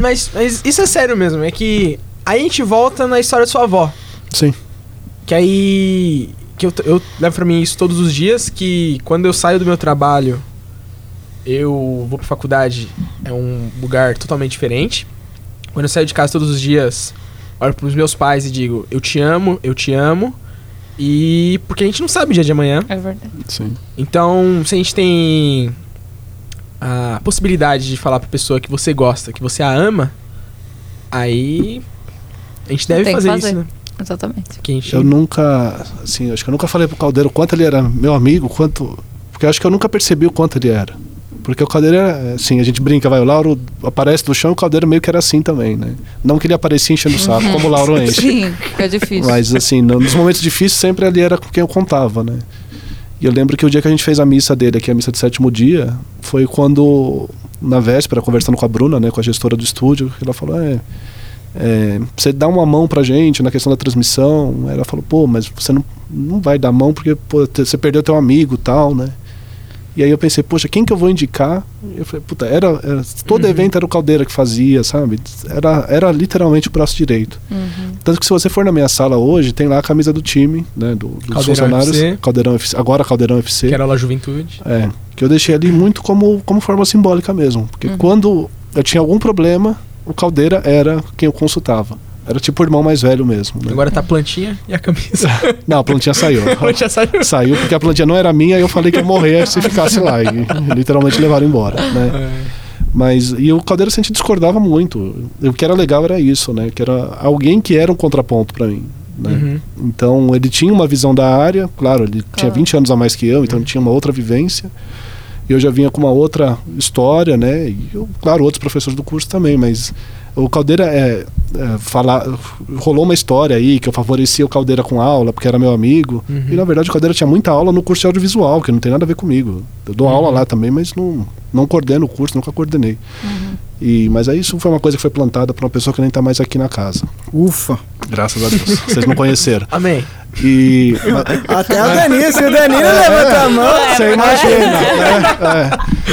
A: mas, mas isso é sério mesmo. É que aí a gente volta na história de sua avó.
B: Sim.
A: Que aí. Que eu, eu levo pra mim isso todos os dias, que quando eu saio do meu trabalho, eu vou pra faculdade, é um lugar totalmente diferente. Quando eu saio de casa todos os dias, olho pros meus pais e digo, eu te amo, eu te amo. E porque a gente não sabe o dia de amanhã.
C: É verdade.
B: Sim.
A: Então, se a gente tem a possibilidade de falar pra pessoa que você gosta, que você a ama, aí a gente deve
C: Tem que
A: fazer,
C: fazer.
A: isso, né?
C: Exatamente.
A: Que a gente...
B: Eu nunca, assim, acho que eu nunca falei pro Caldeiro o quanto ele era meu amigo, quanto. Porque eu acho que eu nunca percebi o quanto ele era. Porque o Caldeiro era, assim, a gente brinca, vai, o Lauro aparece do chão, o Caldeiro meio que era assim também, né? Não que ele aparecia enchendo o saco, como o Lauro enche.
C: Sim, fica difícil.
B: Mas, assim, no- nos momentos difíceis sempre ali era com quem eu contava, né? E eu lembro que o dia que a gente fez a missa dele, aqui, a missa de sétimo dia, foi quando, na véspera, conversando com a Bruna, né, com a gestora do estúdio, que ela falou: é, é, você dá uma mão pra gente na questão da transmissão. Aí Ela falou: pô, mas você não, não vai dar mão porque pô, te- você perdeu teu amigo e tal, né? E aí eu pensei, poxa, quem que eu vou indicar? Eu falei, puta, era, era- todo evento era o Caldeira que fazia, sabe? Era, era literalmente o braço direito. Tanto que se você for na minha sala hoje, tem lá a camisa do time, né? Do, dos
A: Caldeirão
B: funcionários.
A: FC.
B: Caldeirão FC. Agora Caldeirão FC.
A: Quero a juventude.
B: É, que eu deixei ali muito como, como forma simbólica mesmo. Porque quando eu tinha algum problema, o Caldeira era quem eu consultava. Era tipo o irmão mais velho mesmo. né?
A: Agora tá a plantinha e a camisa.
B: Não, a plantinha saiu.
A: A plantinha saiu.
B: saiu porque a plantinha não era minha e eu falei que ia morrer se ficasse lá. E literalmente levaram embora, né? Mas, e o Caldeira sempre discordava muito. O que era legal era isso, né? Que era alguém que era um contraponto pra mim. Né?
A: Uhum.
B: Então ele tinha uma visão da área, claro, ele tinha 20 anos a mais que eu, então ele tinha uma outra vivência. E eu já vinha com uma outra história, né? E eu, claro, outros professores do curso também, mas o Caldeira é, é, falar, rolou uma história aí que eu favorecia o Caldeira com aula, porque era meu amigo. E na verdade o Caldeira tinha muita aula no curso de audiovisual, que não tem nada a ver comigo. Eu dou aula lá também, mas não, não coordeno o curso, nunca coordenei. E, mas aí isso foi uma coisa que foi plantada para uma pessoa que nem tá mais aqui na casa.
F: Ufa.
B: Graças a Deus. Vocês não conheceram.
A: Amém. Ah,
B: E.
F: Até o Danilo, se o Danilo levanta a mão.
B: Você imagina, né?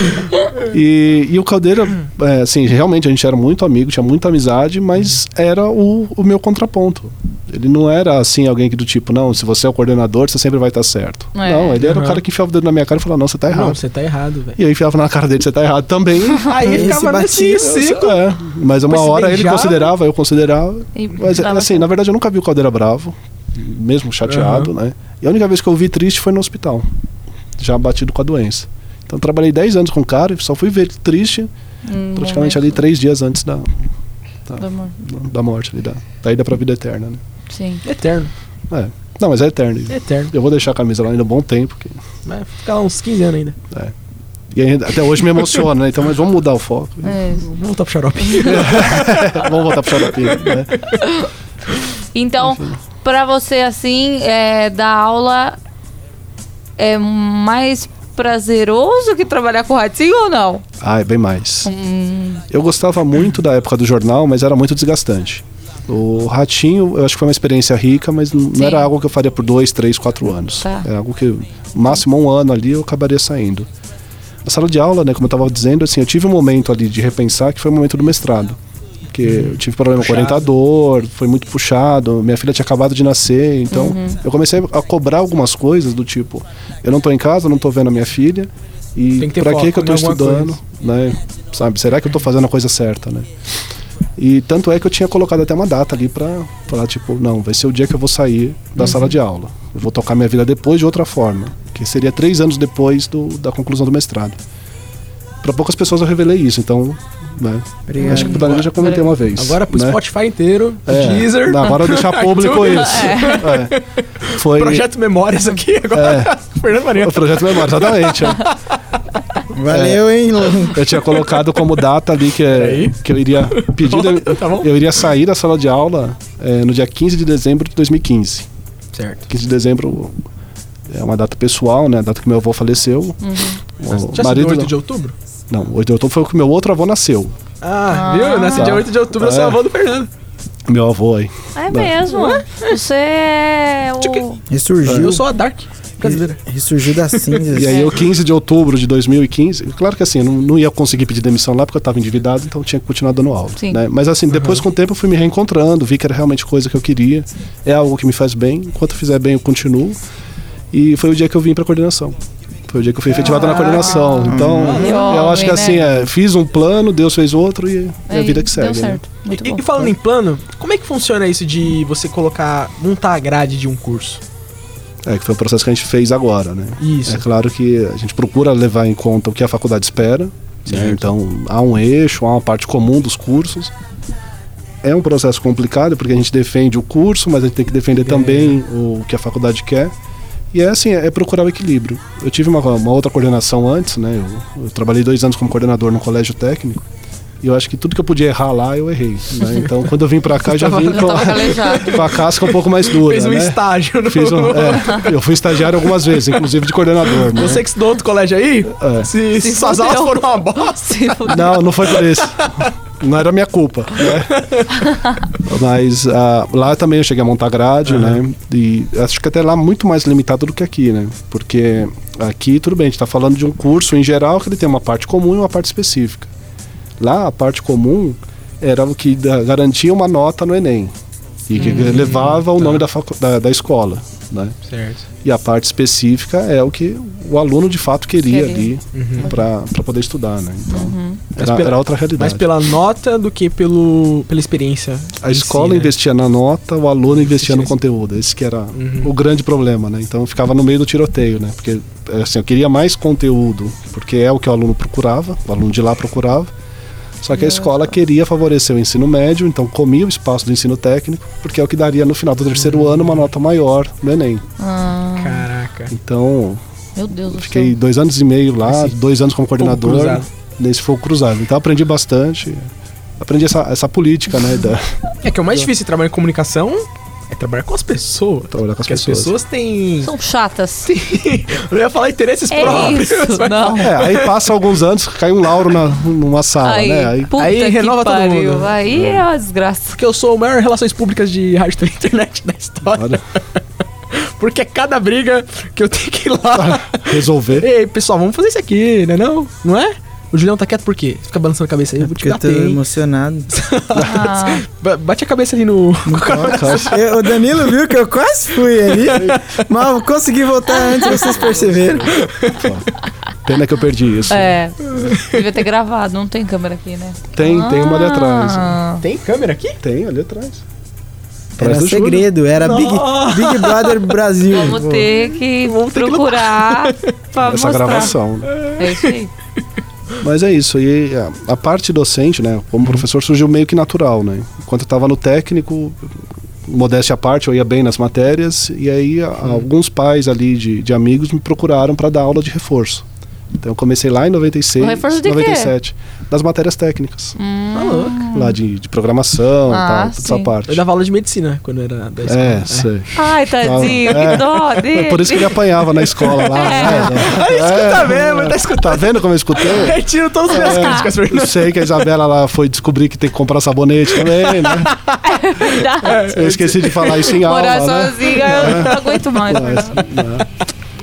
B: É. E, e o Caldeira, é, assim, realmente a gente era muito amigo, tinha muita amizade, mas era o, o meu contraponto. Ele não era assim, alguém que do tipo, não, se você é o coordenador, você sempre vai estar certo.
C: É.
B: Não, ele era
A: Uhum.
B: o cara que enfiava o dedo na minha cara e falava, não, você tá errado.
A: Não, você tá errado, velho.
B: E aí enfiava na cara dele, você tá errado também.
A: Aí
F: Esse
A: ficava nesse
F: batia,
A: ciclo.
B: É, mas uma
A: Mas se
B: hora ele
A: beijava?
B: considerava, eu considerava.
C: E
B: Mas
C: dava
B: assim, na verdade eu nunca vi o Caldeira bravo, mesmo chateado, né? E a única vez que eu o vi triste foi no hospital, já batido com a doença. Então eu trabalhei 10 anos com o cara e só fui ver ele triste
C: um
B: praticamente ali
C: momento
B: 3 dias antes da,
C: do amor.
B: da morte, ali, da, da ida pra vida eterna, né?
C: Sim.
A: Eterno.
B: É. Não, mas é eterno. E
A: Eterno.
B: Eu vou deixar a camisa lá ainda um bom tempo. que-
A: Vai ficar uns 15 anos ainda.
B: E ainda- até hoje me emociona, né? Então, mas vamos mudar o foco.
C: É isso.
A: Vamos voltar pro xarope.
B: vamos voltar pro terapia, né?
C: Então, pra você, assim, é, dar aula é mais prazeroso que trabalhar com o ratinho ou não?
B: Ah, é bem mais. Eu gostava muito da época do jornal, mas era muito desgastante. O Ratinho, eu acho que foi uma experiência rica, mas n-
C: Sim.
B: não era algo que eu faria por dois, três, quatro anos.
C: Tá.
B: Era algo que, máximo um ano ali, eu acabaria saindo. A sala de aula, né, como eu estava dizendo, assim, eu tive um momento ali de repensar, que foi o momento do mestrado. Porque eu tive problema com o orientador, foi muito puxado, minha filha tinha acabado de nascer, então eu comecei a cobrar algumas coisas do tipo, eu não tô em casa, não tô vendo a minha filha, e
A: Tem que ter
B: pra
A: foco
B: que, que eu tô
A: em alguma
B: estudando, né? Sabe, será que eu tô fazendo a coisa certa, né? E tanto é que eu tinha colocado até uma data ali pra falar, tipo, não, vai ser o dia que eu vou sair da sala de aula. Eu vou tocar minha vida depois de outra forma, que seria três anos depois do, da conclusão do mestrado. Pra poucas pessoas eu revelei isso, então, né? Acho que o Danilo já comentei uma vez.
A: Agora pro
B: né?
A: Spotify inteiro,
B: É,
A: Deezer.
B: não, agora eu deixar público
A: iTunes.
B: isso. É. Foi
A: Projeto Memórias aqui agora. Fernando Maria.
B: o projeto Memória, exatamente. é.
F: Valeu, hein, Lu?
B: Eu tinha colocado como data ali que, é,
A: Peraí.
B: que eu iria pedir.
A: Tá bom.
B: eu iria sair da sala de aula é, no dia 15 de dezembro de 2015.
A: Certo.
B: 15 de dezembro é uma data pessoal, né? A data que meu avô faleceu.
A: Uhum.
B: O
A: Já
B: marido.
A: subiu 8 de outubro?
B: Não, 8 de outubro foi o que meu outro avô nasceu.
A: Ah, viu? Eu nasci
B: Tá.
A: dia 8 de outubro, eu sou
B: É.
A: avô do Fernando.
B: Meu avô aí.
C: É mesmo. Você é o.
F: Ressurgiu.
A: Eu sou a Dark brasileira.
F: Ressurgiu das cinzas.
B: E aí,
C: É.
B: eu, 15 de outubro de 2015, claro que assim, eu não, não ia conseguir pedir demissão lá porque eu estava endividado, então eu tinha que continuar dando aula.
C: Sim.
B: né? Mas assim, depois com o tempo eu fui me reencontrando, vi que era realmente coisa que eu queria, é algo que me faz bem, enquanto eu fizer bem eu continuo. E foi o dia que eu vim para coordenação. Foi o dia que eu fui efetivado na coordenação. Então,
C: Que
B: eu acho
C: homem,
B: que assim,
C: Ah. né?
B: é, fiz um plano, Deus fez outro e é a vida que segue.
C: Deu
B: né?
C: certo. Muito
A: E,
C: bom.
A: e falando em plano, como é que funciona isso de você colocar, montar a grade de um curso?
B: É, que foi o processo que a gente fez agora, né?
A: Isso.
B: É claro que a gente procura levar em conta o que a faculdade espera. né? Então, há um eixo, há uma parte comum dos cursos. É um processo complicado, porque a gente defende o curso, mas a gente tem que defender
A: É.
B: também o que a faculdade quer. E é assim, é procurar o equilíbrio. Eu tive uma, uma outra coordenação antes, né? Eu, eu trabalhei dois anos como coordenador no colégio técnico. E eu acho que tudo que eu podia errar lá, eu errei. né? Então, quando eu vim pra cá, eu já vim
C: Eu
B: com,
C: tava calejado.
B: com a casca um pouco mais dura,
A: Fez um
B: né?
A: estágio no...
B: Fiz um- é, eu fui estagiário algumas vezes, inclusive de coordenador. né?
A: Você que estudou outro colégio aí,
B: É.
A: se, se
C: Se
A: suas
C: fudeu.
A: aulas foram uma bosta,
B: Não, não foi por isso. Não era minha culpa. né? Mas ah, lá também eu cheguei a montar grade, né? E acho que até lá muito mais limitado do que aqui, né? Porque aqui, tudo bem, a gente tá falando de um curso em geral que ele tem uma parte comum e uma parte específica. Lá, a parte comum era o que da- garantia uma nota no Enem. E que levava o nome da, facu- da, da escola, né?
A: Certo.
B: E a parte específica é o que o aluno de fato queria
C: Queria.
B: ali pra para poder estudar, né? Então,
A: Uhum. Mas
B: era,
A: pela-
B: era outra
A: Mais
B: realidade.
A: pela nota do que pelo, pela experiência. né?
B: A escola
A: investiu.
B: investia na nota, o aluno investia no
A: Investia. Uhum.
B: conteúdo. Esse que era o grande problema, né? Então eu ficava no meio do tiroteio, né? Porque assim, eu queria mais conteúdo, porque é o que o aluno procurava, o aluno de lá procurava. Só que a escola queria favorecer o ensino médio, então comia o espaço do ensino técnico, porque é o que daria no final do terceiro
A: Uhum.
B: ano uma nota maior no Enem.
A: Caraca.
B: Então,
C: Meu Deus do
B: Fiquei
C: céu.
B: dois anos e meio lá,
A: Esse
B: dois anos como coordenador.
A: cruzado.
B: nesse fogo cruzado. Então aprendi bastante. Aprendi essa, essa política, né? Da,
A: É que o mais difícil de trabalhar em comunicação é trabalhar com as pessoas.
B: trabalhar com as
A: Porque as pessoas
B: pessoas.
A: têm.
C: São chatas.
A: Eu ia falar interesses
C: É
A: próprios.
C: isso,
A: mas-
C: não.
B: É, aí passa alguns anos, cai um lauro na, numa sala,
C: Aí,
B: né? Aí,
C: puta
A: Aí
C: que
A: renova todo
C: pariu.
A: mundo.
C: Aí é uma desgraça.
A: Porque eu sou o maior relações públicas de rádio e internet da história.
B: olha,
A: Porque é cada briga que eu tenho que ir lá.
B: resolver.
A: Ei, pessoal, vamos fazer isso aqui, né? Não, não é? O Julião tá quieto por quê? Você fica balançando a cabeça aí,
B: É
A: eu vou te
F: Porque eu tô
A: bater. hein?
F: emocionado.
A: Ba- Bate a cabeça ali no.
F: Eu- o Danilo viu que eu quase fui ali, mas eu consegui voltar antes, vocês perceberam.
B: Pena que eu perdi isso.
C: É. Devia ter gravado, não tem câmera aqui, né?
B: Tem, tem uma ali atrás.
C: Ah.
A: Tem câmera aqui?
B: Tem ali atrás.
F: Era
B: Atrás do Júlio.
F: segredo, era Big, Big Brother Brasil.
C: Vamos ter que
A: Vamos ter que
C: procurar pra
B: Essa
C: mostrar.
B: gravação. né?
C: É isso aí.
B: Mas é isso, e a, a parte docente, né,
A: Uhum.
B: como professor, surgiu meio que natural, né? Enquanto eu estava no técnico, modéstia à parte, eu ia bem nas matérias, e aí a-
A: Uhum.
B: alguns pais ali de, de amigos me procuraram para dar aula de reforço. Então eu comecei lá em 96,
C: O reforço de quê?
B: 97, das matérias técnicas,
A: Tá louco.
B: lá de, de programação,
C: Ah,
B: tal, toda essa
C: sim.
B: parte.
A: Eu dava aula de medicina quando era da escola. né?
B: É, sei.
C: Ai, tadinho, que
B: É.
C: dó dele.
B: É por isso que ele apanhava na escola lá.
C: É.
B: né?
A: Aí escuta mesmo, tá escutando.
B: Tá vendo como eu escutei?
A: Retiro todas as
B: É.
A: minhas críticas, Fernando.
B: Eu sei que a Isabela lá foi descobrir que tem que comprar sabonete também, né?
C: Verdade.
B: Eu esqueci de falar isso em
C: Morar
B: aula, né?
C: sozinha, eu não aguento mais.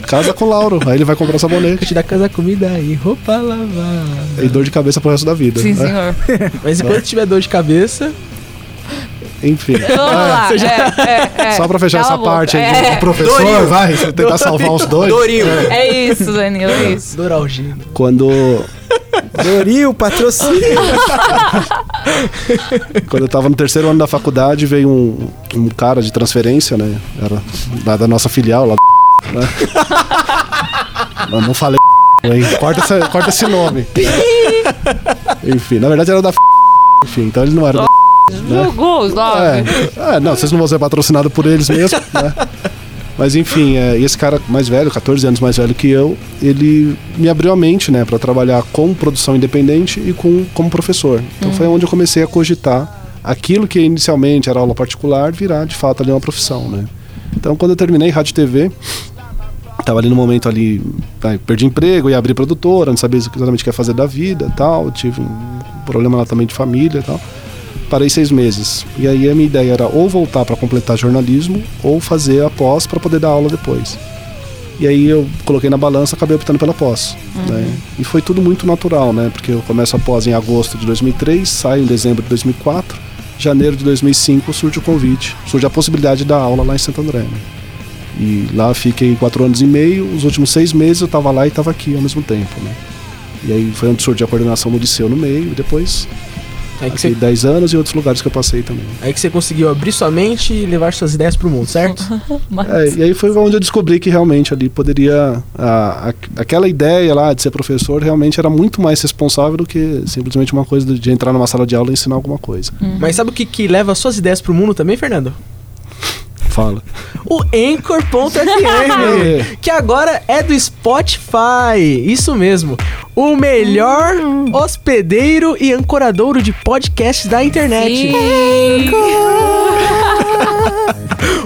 B: Casa com o Lauro, aí ele vai comprar sabonete
A: Te dá casa, comida e roupa lavar.
B: e dor de cabeça pro resto da vida.
C: Sim,
B: né?
C: senhor.
A: Mas
B: Tá.
A: enquanto tiver dor de cabeça,
B: Enfim.
C: Então, Vamos lá.
A: você já-
C: É, é, é.
B: Só pra fechar
C: Cala a
B: essa
C: boca.
B: parte aí do
C: É,
B: professor,
D: Dorinho.
B: vai, tentar salvar os dois.
D: Dorinho.
C: é isso, Danilo, é isso.
A: dor algina.
B: Quando,
F: Doril, patrocínio.
B: quando eu tava no terceiro ano da faculdade, veio um, um cara de transferência, né? Era da, da nossa filial lá do né? Eu não falei hein? Corta, essa- corta esse nome. Enfim, na verdade era da enfim, então ele não era da
C: Jogou os nove.
B: É, é, não, vocês não vão ser patrocinados por eles mesmo, né? Mas enfim, é, e esse cara mais velho, 14 anos mais velho que eu, ele me abriu a mente, né, para trabalhar com produção independente e com, como professor. Então foi onde eu comecei a cogitar aquilo que inicialmente era aula particular virar de fato ali uma profissão, né? Então quando eu terminei rádio e TV, tava ali no momento ali, aí, perdi emprego, ia abrir produtora, não sabia exatamente o que ia fazer da vida, tal, tive um problema lá também de família, e tal. parei seis meses. E aí a minha ideia era ou voltar para completar jornalismo ou fazer a pós para poder dar aula depois. E aí eu coloquei na balança, acabei optando pela pós. Né? E foi tudo muito natural, né? Porque eu começo a pós em agosto de 2003, saio em dezembro de 2004. Janeiro de 2005 surge o convite, surge a possibilidade de dar aula lá em Santo André. né? E lá fiquei quatro anos e meio. Os últimos seis meses eu estava lá e estava aqui ao mesmo tempo, né? E aí foi onde surgiu a coordenação do liceu no meio, e depois
A: Aí que,
B: aqui
A: você,
B: 10 anos e outros lugares que eu passei também.
A: aí que você conseguiu abrir sua mente e levar suas ideias pro mundo, certo?
C: Mas-
B: É, e aí foi onde eu descobri que realmente ali poderia. a- a- aquela ideia lá de ser professor realmente era muito mais responsável do que simplesmente uma coisa de entrar numa sala de aula e ensinar alguma coisa.
F: Hum.
A: Mas sabe o que, que leva suas ideias pro mundo também, Fernando?
B: Fala.
A: O Anchor.fm, que agora é do Spotify. Isso mesmo. O melhor hospedeiro e ancoradouro de podcasts da internet.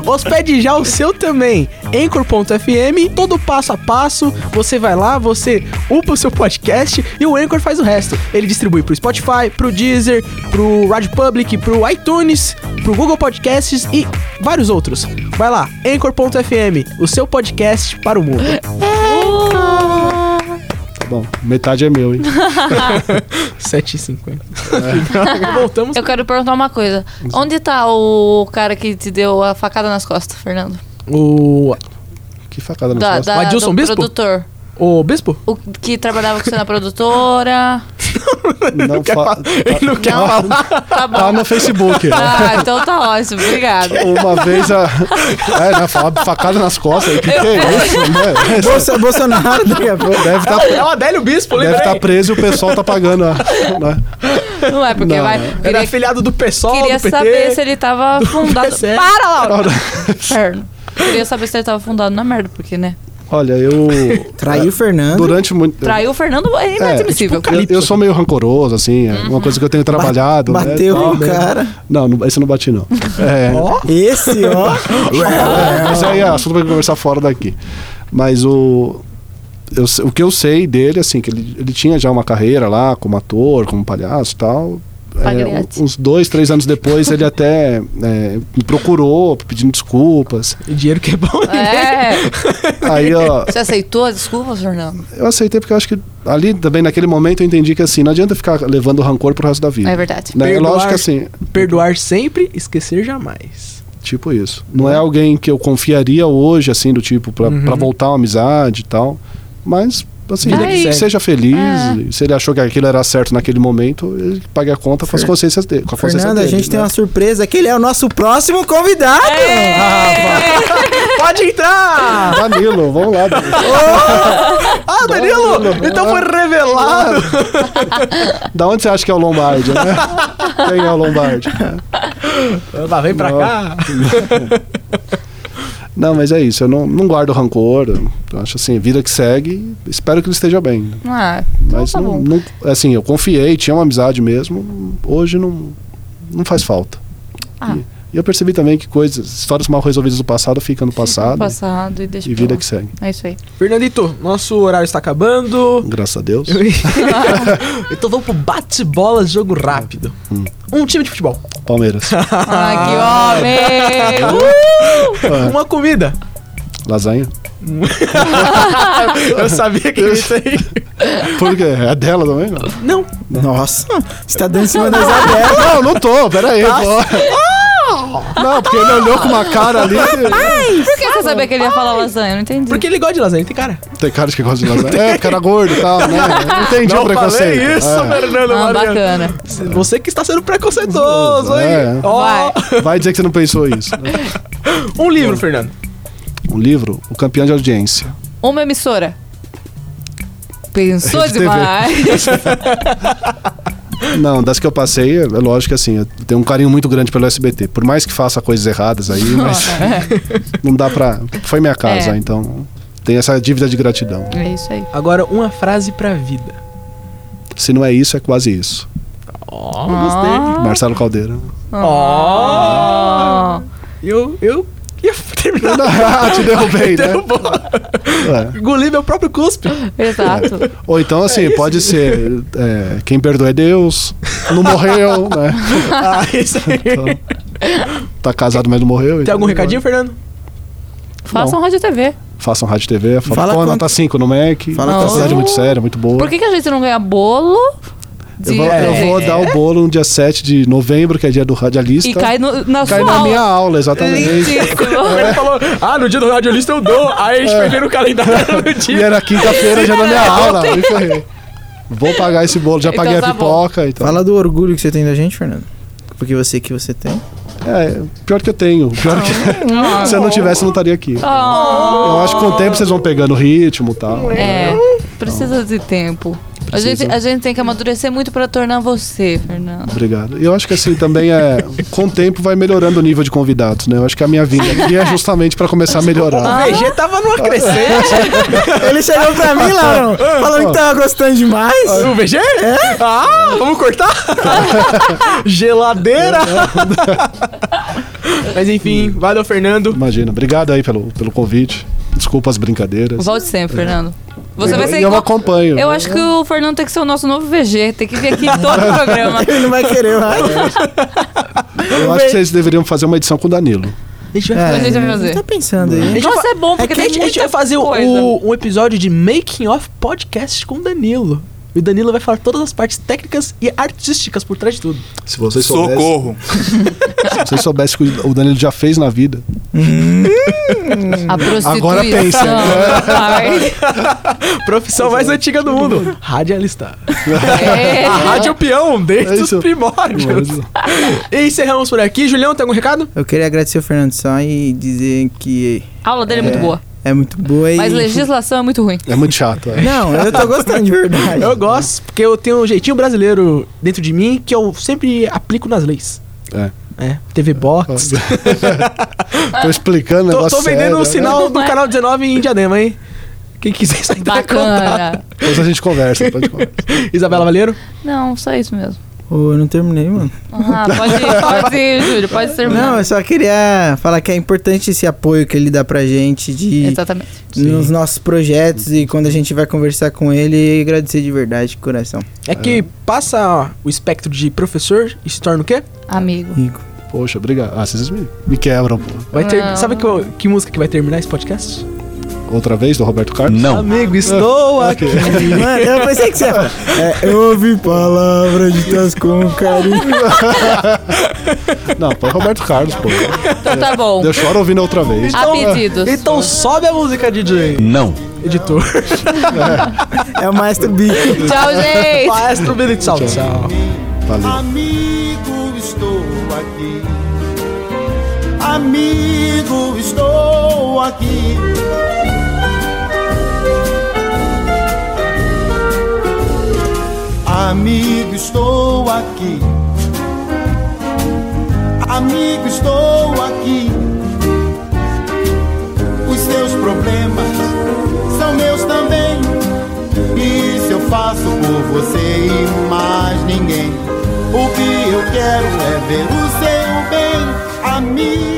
A: Hospede já o seu também. Anchor.fm, todo passo a passo. Você vai lá, você upa o seu podcast e o Anchor faz o resto. Ele distribui pro Spotify, pro Deezer, pro Radio Public, pro iTunes, pro Google Podcasts e vários outros. Vai lá, Anchor.fm, o seu podcast para o mundo.
B: Bom, metade é meu, hein?
A: 7,50. Voltamos.
C: Eu quero perguntar uma coisa. Onde tá o cara que te deu a facada nas costas, Fernando?
A: O,
B: Que facada nas
C: Da,
B: costas.
C: da,
A: Adilson
C: do
A: Bispo?
C: produtor.
A: o Bispo?
C: O que trabalhava com você na produtora.
B: Não
A: quer
B: fa-
A: falar. Ele não quer
C: Não.
A: falar.
C: Tá bom.
B: Tá no Facebook.
C: Ah, então tá ótimo. Obrigada.
B: Uma vez a. É, já falava facada nas costas. O que, que é isso? né?
F: Bolsa- Bolsonaro né? daqui a pouco.
B: Deve estar
A: É o Adélio Bispo,
B: deve
A: lembrei.
B: tá preso e o pessoal tá pagando. a- Né?
C: Não é porque
B: Não,
C: vai.
B: não.
A: Ele é
C: Queria,
A: afiliado do PSOL,
C: queria
A: do PT.
C: saber se ele tava
B: é
C: fundado.
A: PSL.
C: Para, Laura! Inferno. Queria saber se ele tava fundado na merda, porque, né?
B: Olha, eu.
F: Traiu o Fernando.
B: Durante muito. tipo,
C: Traiu o Fernando é inadmissível. Uhum.
B: Eu, eu sou meio rancoroso, assim, é uma coisa que eu tenho trabalhado. né,
F: Bateu
B: tal,
F: o
B: né?
F: cara.
B: Não, não, esse eu não bati, não. É,
F: Esse, ó.
B: é, mas aí é assunto pra conversar fora daqui. Mas o. eu se- o que eu sei dele, assim, que ele, ele tinha já uma carreira lá como ator, como palhaço e tal. É,
C: Palhaço.
B: um- uns dois, três anos depois, ele até é, me procurou pedindo desculpas.
A: E Dinheiro que é bom.
C: É.
B: Aí, ó,
C: Você aceitou as desculpas, Fernando?
B: eu aceitei porque eu acho que ali também, naquele momento, eu entendi que assim, não adianta ficar levando rancor pro resto da vida.
C: É verdade.
B: Né? É
A: Perdoar.
B: lógico que assim,
A: Perdoar sempre, esquecer jamais.
B: Tipo isso. Não é alguém que eu confiaria hoje, assim, do tipo, pra, pra
F: Uhum.
B: voltar uma amizade e tal. Mas, assim,
C: Vida que
B: que
A: segue.
B: seja feliz.
C: É.
B: e Se ele achou que aquilo era certo naquele momento, ele pague a conta com as consciências dele. Com a consciência
F: Fernando, a
B: dele,
F: gente tem
B: né?
F: uma surpresa que ele é o nosso próximo convidado.
A: Pode entrar!
B: Danilo, vamos lá.
A: Ah, Danilo! Então foi revelado!
B: da onde você acha que é o Lombardi, né? Quem é o Lombardi?
A: Lá, vem pra cá.
B: Não, mas é isso. Eu não, não guardo rancor. Eu acho assim, vida que segue. Espero que ele esteja bem.
C: Ah, então
B: Mas
C: tá
B: não,
C: bom.
B: não- assim, eu confiei, tinha uma amizade mesmo. Hoje não, não faz falta.
C: Ah.
B: E, e eu percebi também que coisas, histórias mal resolvidas do passado ficam no passado,
C: Passado e deixa
B: e
C: pra
B: vida
C: lá.
B: que segue.
C: É isso aí.
A: Fernandito, nosso horário está acabando.
B: Graças a Deus.
A: então vamos pro bate-bola, jogo rápido.
F: Hum.
A: Um time de futebol.
B: Palmeiras.
C: Ah, que homem! Uh!
F: Ah.
A: Uma comida.
B: Lasanha.
A: Eu sabia que isso aí.
B: Por quê? É dela também? Não,
A: Não.
F: Nossa, você tá dando em cima da Isabela.
B: não, não tô, peraí. pô. Não, porque ele olhou com uma cara ali.
C: Por que você sabia que ele ia falar lasanha? Eu não entendi.
A: Porque ele gosta de lasanha, ele tem cara.
B: Tem cara de que gosta de lasanha. É, cara gordo e tal, né? Entendi o preconceito.
A: falei isso,
B: É.
A: Fernando
C: Ah,
A: Mariano.
C: bacana.
F: É.
A: Você que está sendo preconceituoso, hein?
B: É.
A: Ó,
C: Vai.
B: Vai dizer que você não pensou isso. né?
A: um livro, Fernando.
B: Um livro, O Campeão de Audiência.
C: Uma emissora. Pensou
B: RedeTV.
C: demais.
B: Não, das que eu passei, é é lógico que assim, eu tenho um carinho muito grande pelo SBT. Por mais que faça coisas erradas aí, mas não dá pra. Foi minha casa,
C: É.
B: então tem essa dívida de gratidão.
C: É isso aí.
A: Agora, uma frase pra vida.
B: Se não é isso, é quase isso.
A: Ó, gostei.
C: Ah,
B: Marcelo Caldeira.
A: Ó. Eu, eu ia terminar.
B: Ah, te derrubei, né?
A: Derrubou.
B: É.
A: Engoli meu próprio cuspe.
C: Exato.
B: Ou então, assim, pode ser é, quem perdoa é Deus, não morreu, né?
A: Ah, isso aí.
B: Tá casado, mas não morreu.
A: Tem algum recadinho, Fernando?
C: Façam rádio e TV.
B: Façam um rádio e TV, fala,
F: Fala
B: pô,
F: quanto-
B: nota 5 no Mac.
F: Fala
B: uma
C: quanto-
B: cidade muito séria, muito boa.
C: Por que, que a gente não ganha bolo?
B: Eu
C: de- é,
B: vou, eu vou dar o bolo no dia 7 de novembro, que é dia do radialista.
C: E cai no, na
B: Cai
C: sua
B: na
C: aula.
B: minha aula, exatamente.
C: Lindíssimo.
A: Ele falou, ah, no dia do radiolista eu dou. Aí a gente perdeu no calendário no
B: E
A: dia.
B: era quinta-feira já na minha aula. me ferrei. Vou pagar esse bolo, já
C: Então
B: paguei
C: tá
B: a
C: bom.
B: pipoca. Então.
F: Fala do orgulho que você tem da gente, Fernando. Porque você que você tem.
B: É, pior que eu tenho. Pior que se eu não tivesse, eu não estaria aqui.
C: Oh,
B: Eu acho que com o tempo vocês vão pegando o ritmo e tal.
C: é, precisa de tempo. A
B: Precisa.
C: gente, a gente tem que amadurecer muito pra tornar você, Fernando.
B: Obrigado. E eu acho que assim também é. Com o tempo vai melhorando o nível de convidados, né? Eu acho que a minha vinda aqui é justamente pra começar a melhorar.
A: O VG tava
B: Tá.
A: numa crescente.
F: Ele chegou pra mim, Larão, falando que tava gostando demais.
A: O VG? Ah, vamos cortar? Geladeira. Mas enfim, valeu, Fernando.
B: Imagina. Obrigado aí pelo, pelo convite. Desculpa as brincadeiras.
C: Volte sempre, Fernando. Você vai ser
B: É. E eu
C: igual-
B: acompanho.
C: Eu acho que o Fernando tem que ser o nosso novo VG, tem que vir aqui em todo o programa.
F: Ele não vai querer mais.
B: Eu acho que vocês deveriam fazer uma edição com o Danilo.
A: A gente vai
B: É.
C: a gente vai fazer?
F: Tá pensando aí.
A: gente vai
C: Nossa,
A: fa-
C: é bom, porque
A: é que a
C: tem
A: gente, a gente vai
C: muita
A: fazer
C: coisa.
A: o, um episódio de Making of Podcast com o Danilo. E o Danilo vai falar todas as partes técnicas e artísticas por trás de tudo.
B: Se vocês
D: Socorro.
B: Se vocês soubessem o que o Danilo já fez na vida.
C: A prostituição.
B: Agora pensa,
C: Ai.
A: Profissão mais antiga do mundo. Radialista.
C: É.
A: A rádio peão desde
B: É isso. É
A: os primórdios. E encerramos por aqui. Julião, tem algum recado?
F: Eu queria agradecer o Fernando Sá e dizer que
C: A aula dele é muito boa,
F: é muito boa e...
C: mas legislação é muito ruim.
B: É muito chato. É.
F: Não, eu tô gostando de verdade.
A: Eu gosto, porque eu tenho um jeitinho brasileiro dentro de mim que eu sempre aplico nas leis.
B: É.
A: É, TV Box.
B: Tô explicando o
A: Tô,
B: negócio
A: tô vendendo
B: sério, né?
A: o sinal do
C: Não é?
A: canal 19 em Diadema, hein? Quem quiser sair tá
C: Bacana.
B: Né? Depois a gente conversa. Pode conversar.
A: Isabela Valeiro?
C: Não, só isso mesmo.
F: Ô, eu não terminei, mano.
C: Ah, pode ir, pode ir, Júlio, pode terminar.
F: Não, eu só queria falar que é importante esse apoio que ele dá pra gente
C: assim,
F: de...
C: Exatamente.
F: nos nossos projetos e quando a gente vai conversar com ele, agradecer de verdade, de coração.
A: É que passa o espectro de professor e se torna o quê?
C: Amigo.
F: Rico.
B: Poxa, obrigado. Ah, vocês me, me quebram. pô.
A: Vai ter.
C: Não.
A: Sabe que, eu- que música que vai terminar esse podcast?
B: Outra vez, do Roberto Carlos? Ah,
A: Amigo, estou aqui.
F: Mano, eu pensei que você ia falar. É, eu ouvi palavras de Deus com carinho.
B: Não, pô, é Roberto Carlos, pô.
C: Então tá bom.
B: Eu choro ouvindo outra vez.
C: A pedidos.
A: Então sobe a música, DJ.
G: Não.
A: Editor.
F: É o Maestro Bico.
C: Tchau, gente.
A: Maestro Benito. Tchau, tchau.
B: Valeu.
H: Amigo, estou aqui. Amigo, estou aqui. Amigo, estou aqui. Amigo, estou aqui. Os seus problemas são meus também. Isso eu faço por você e mais ninguém. O que eu quero é ver o seu bem, amigo.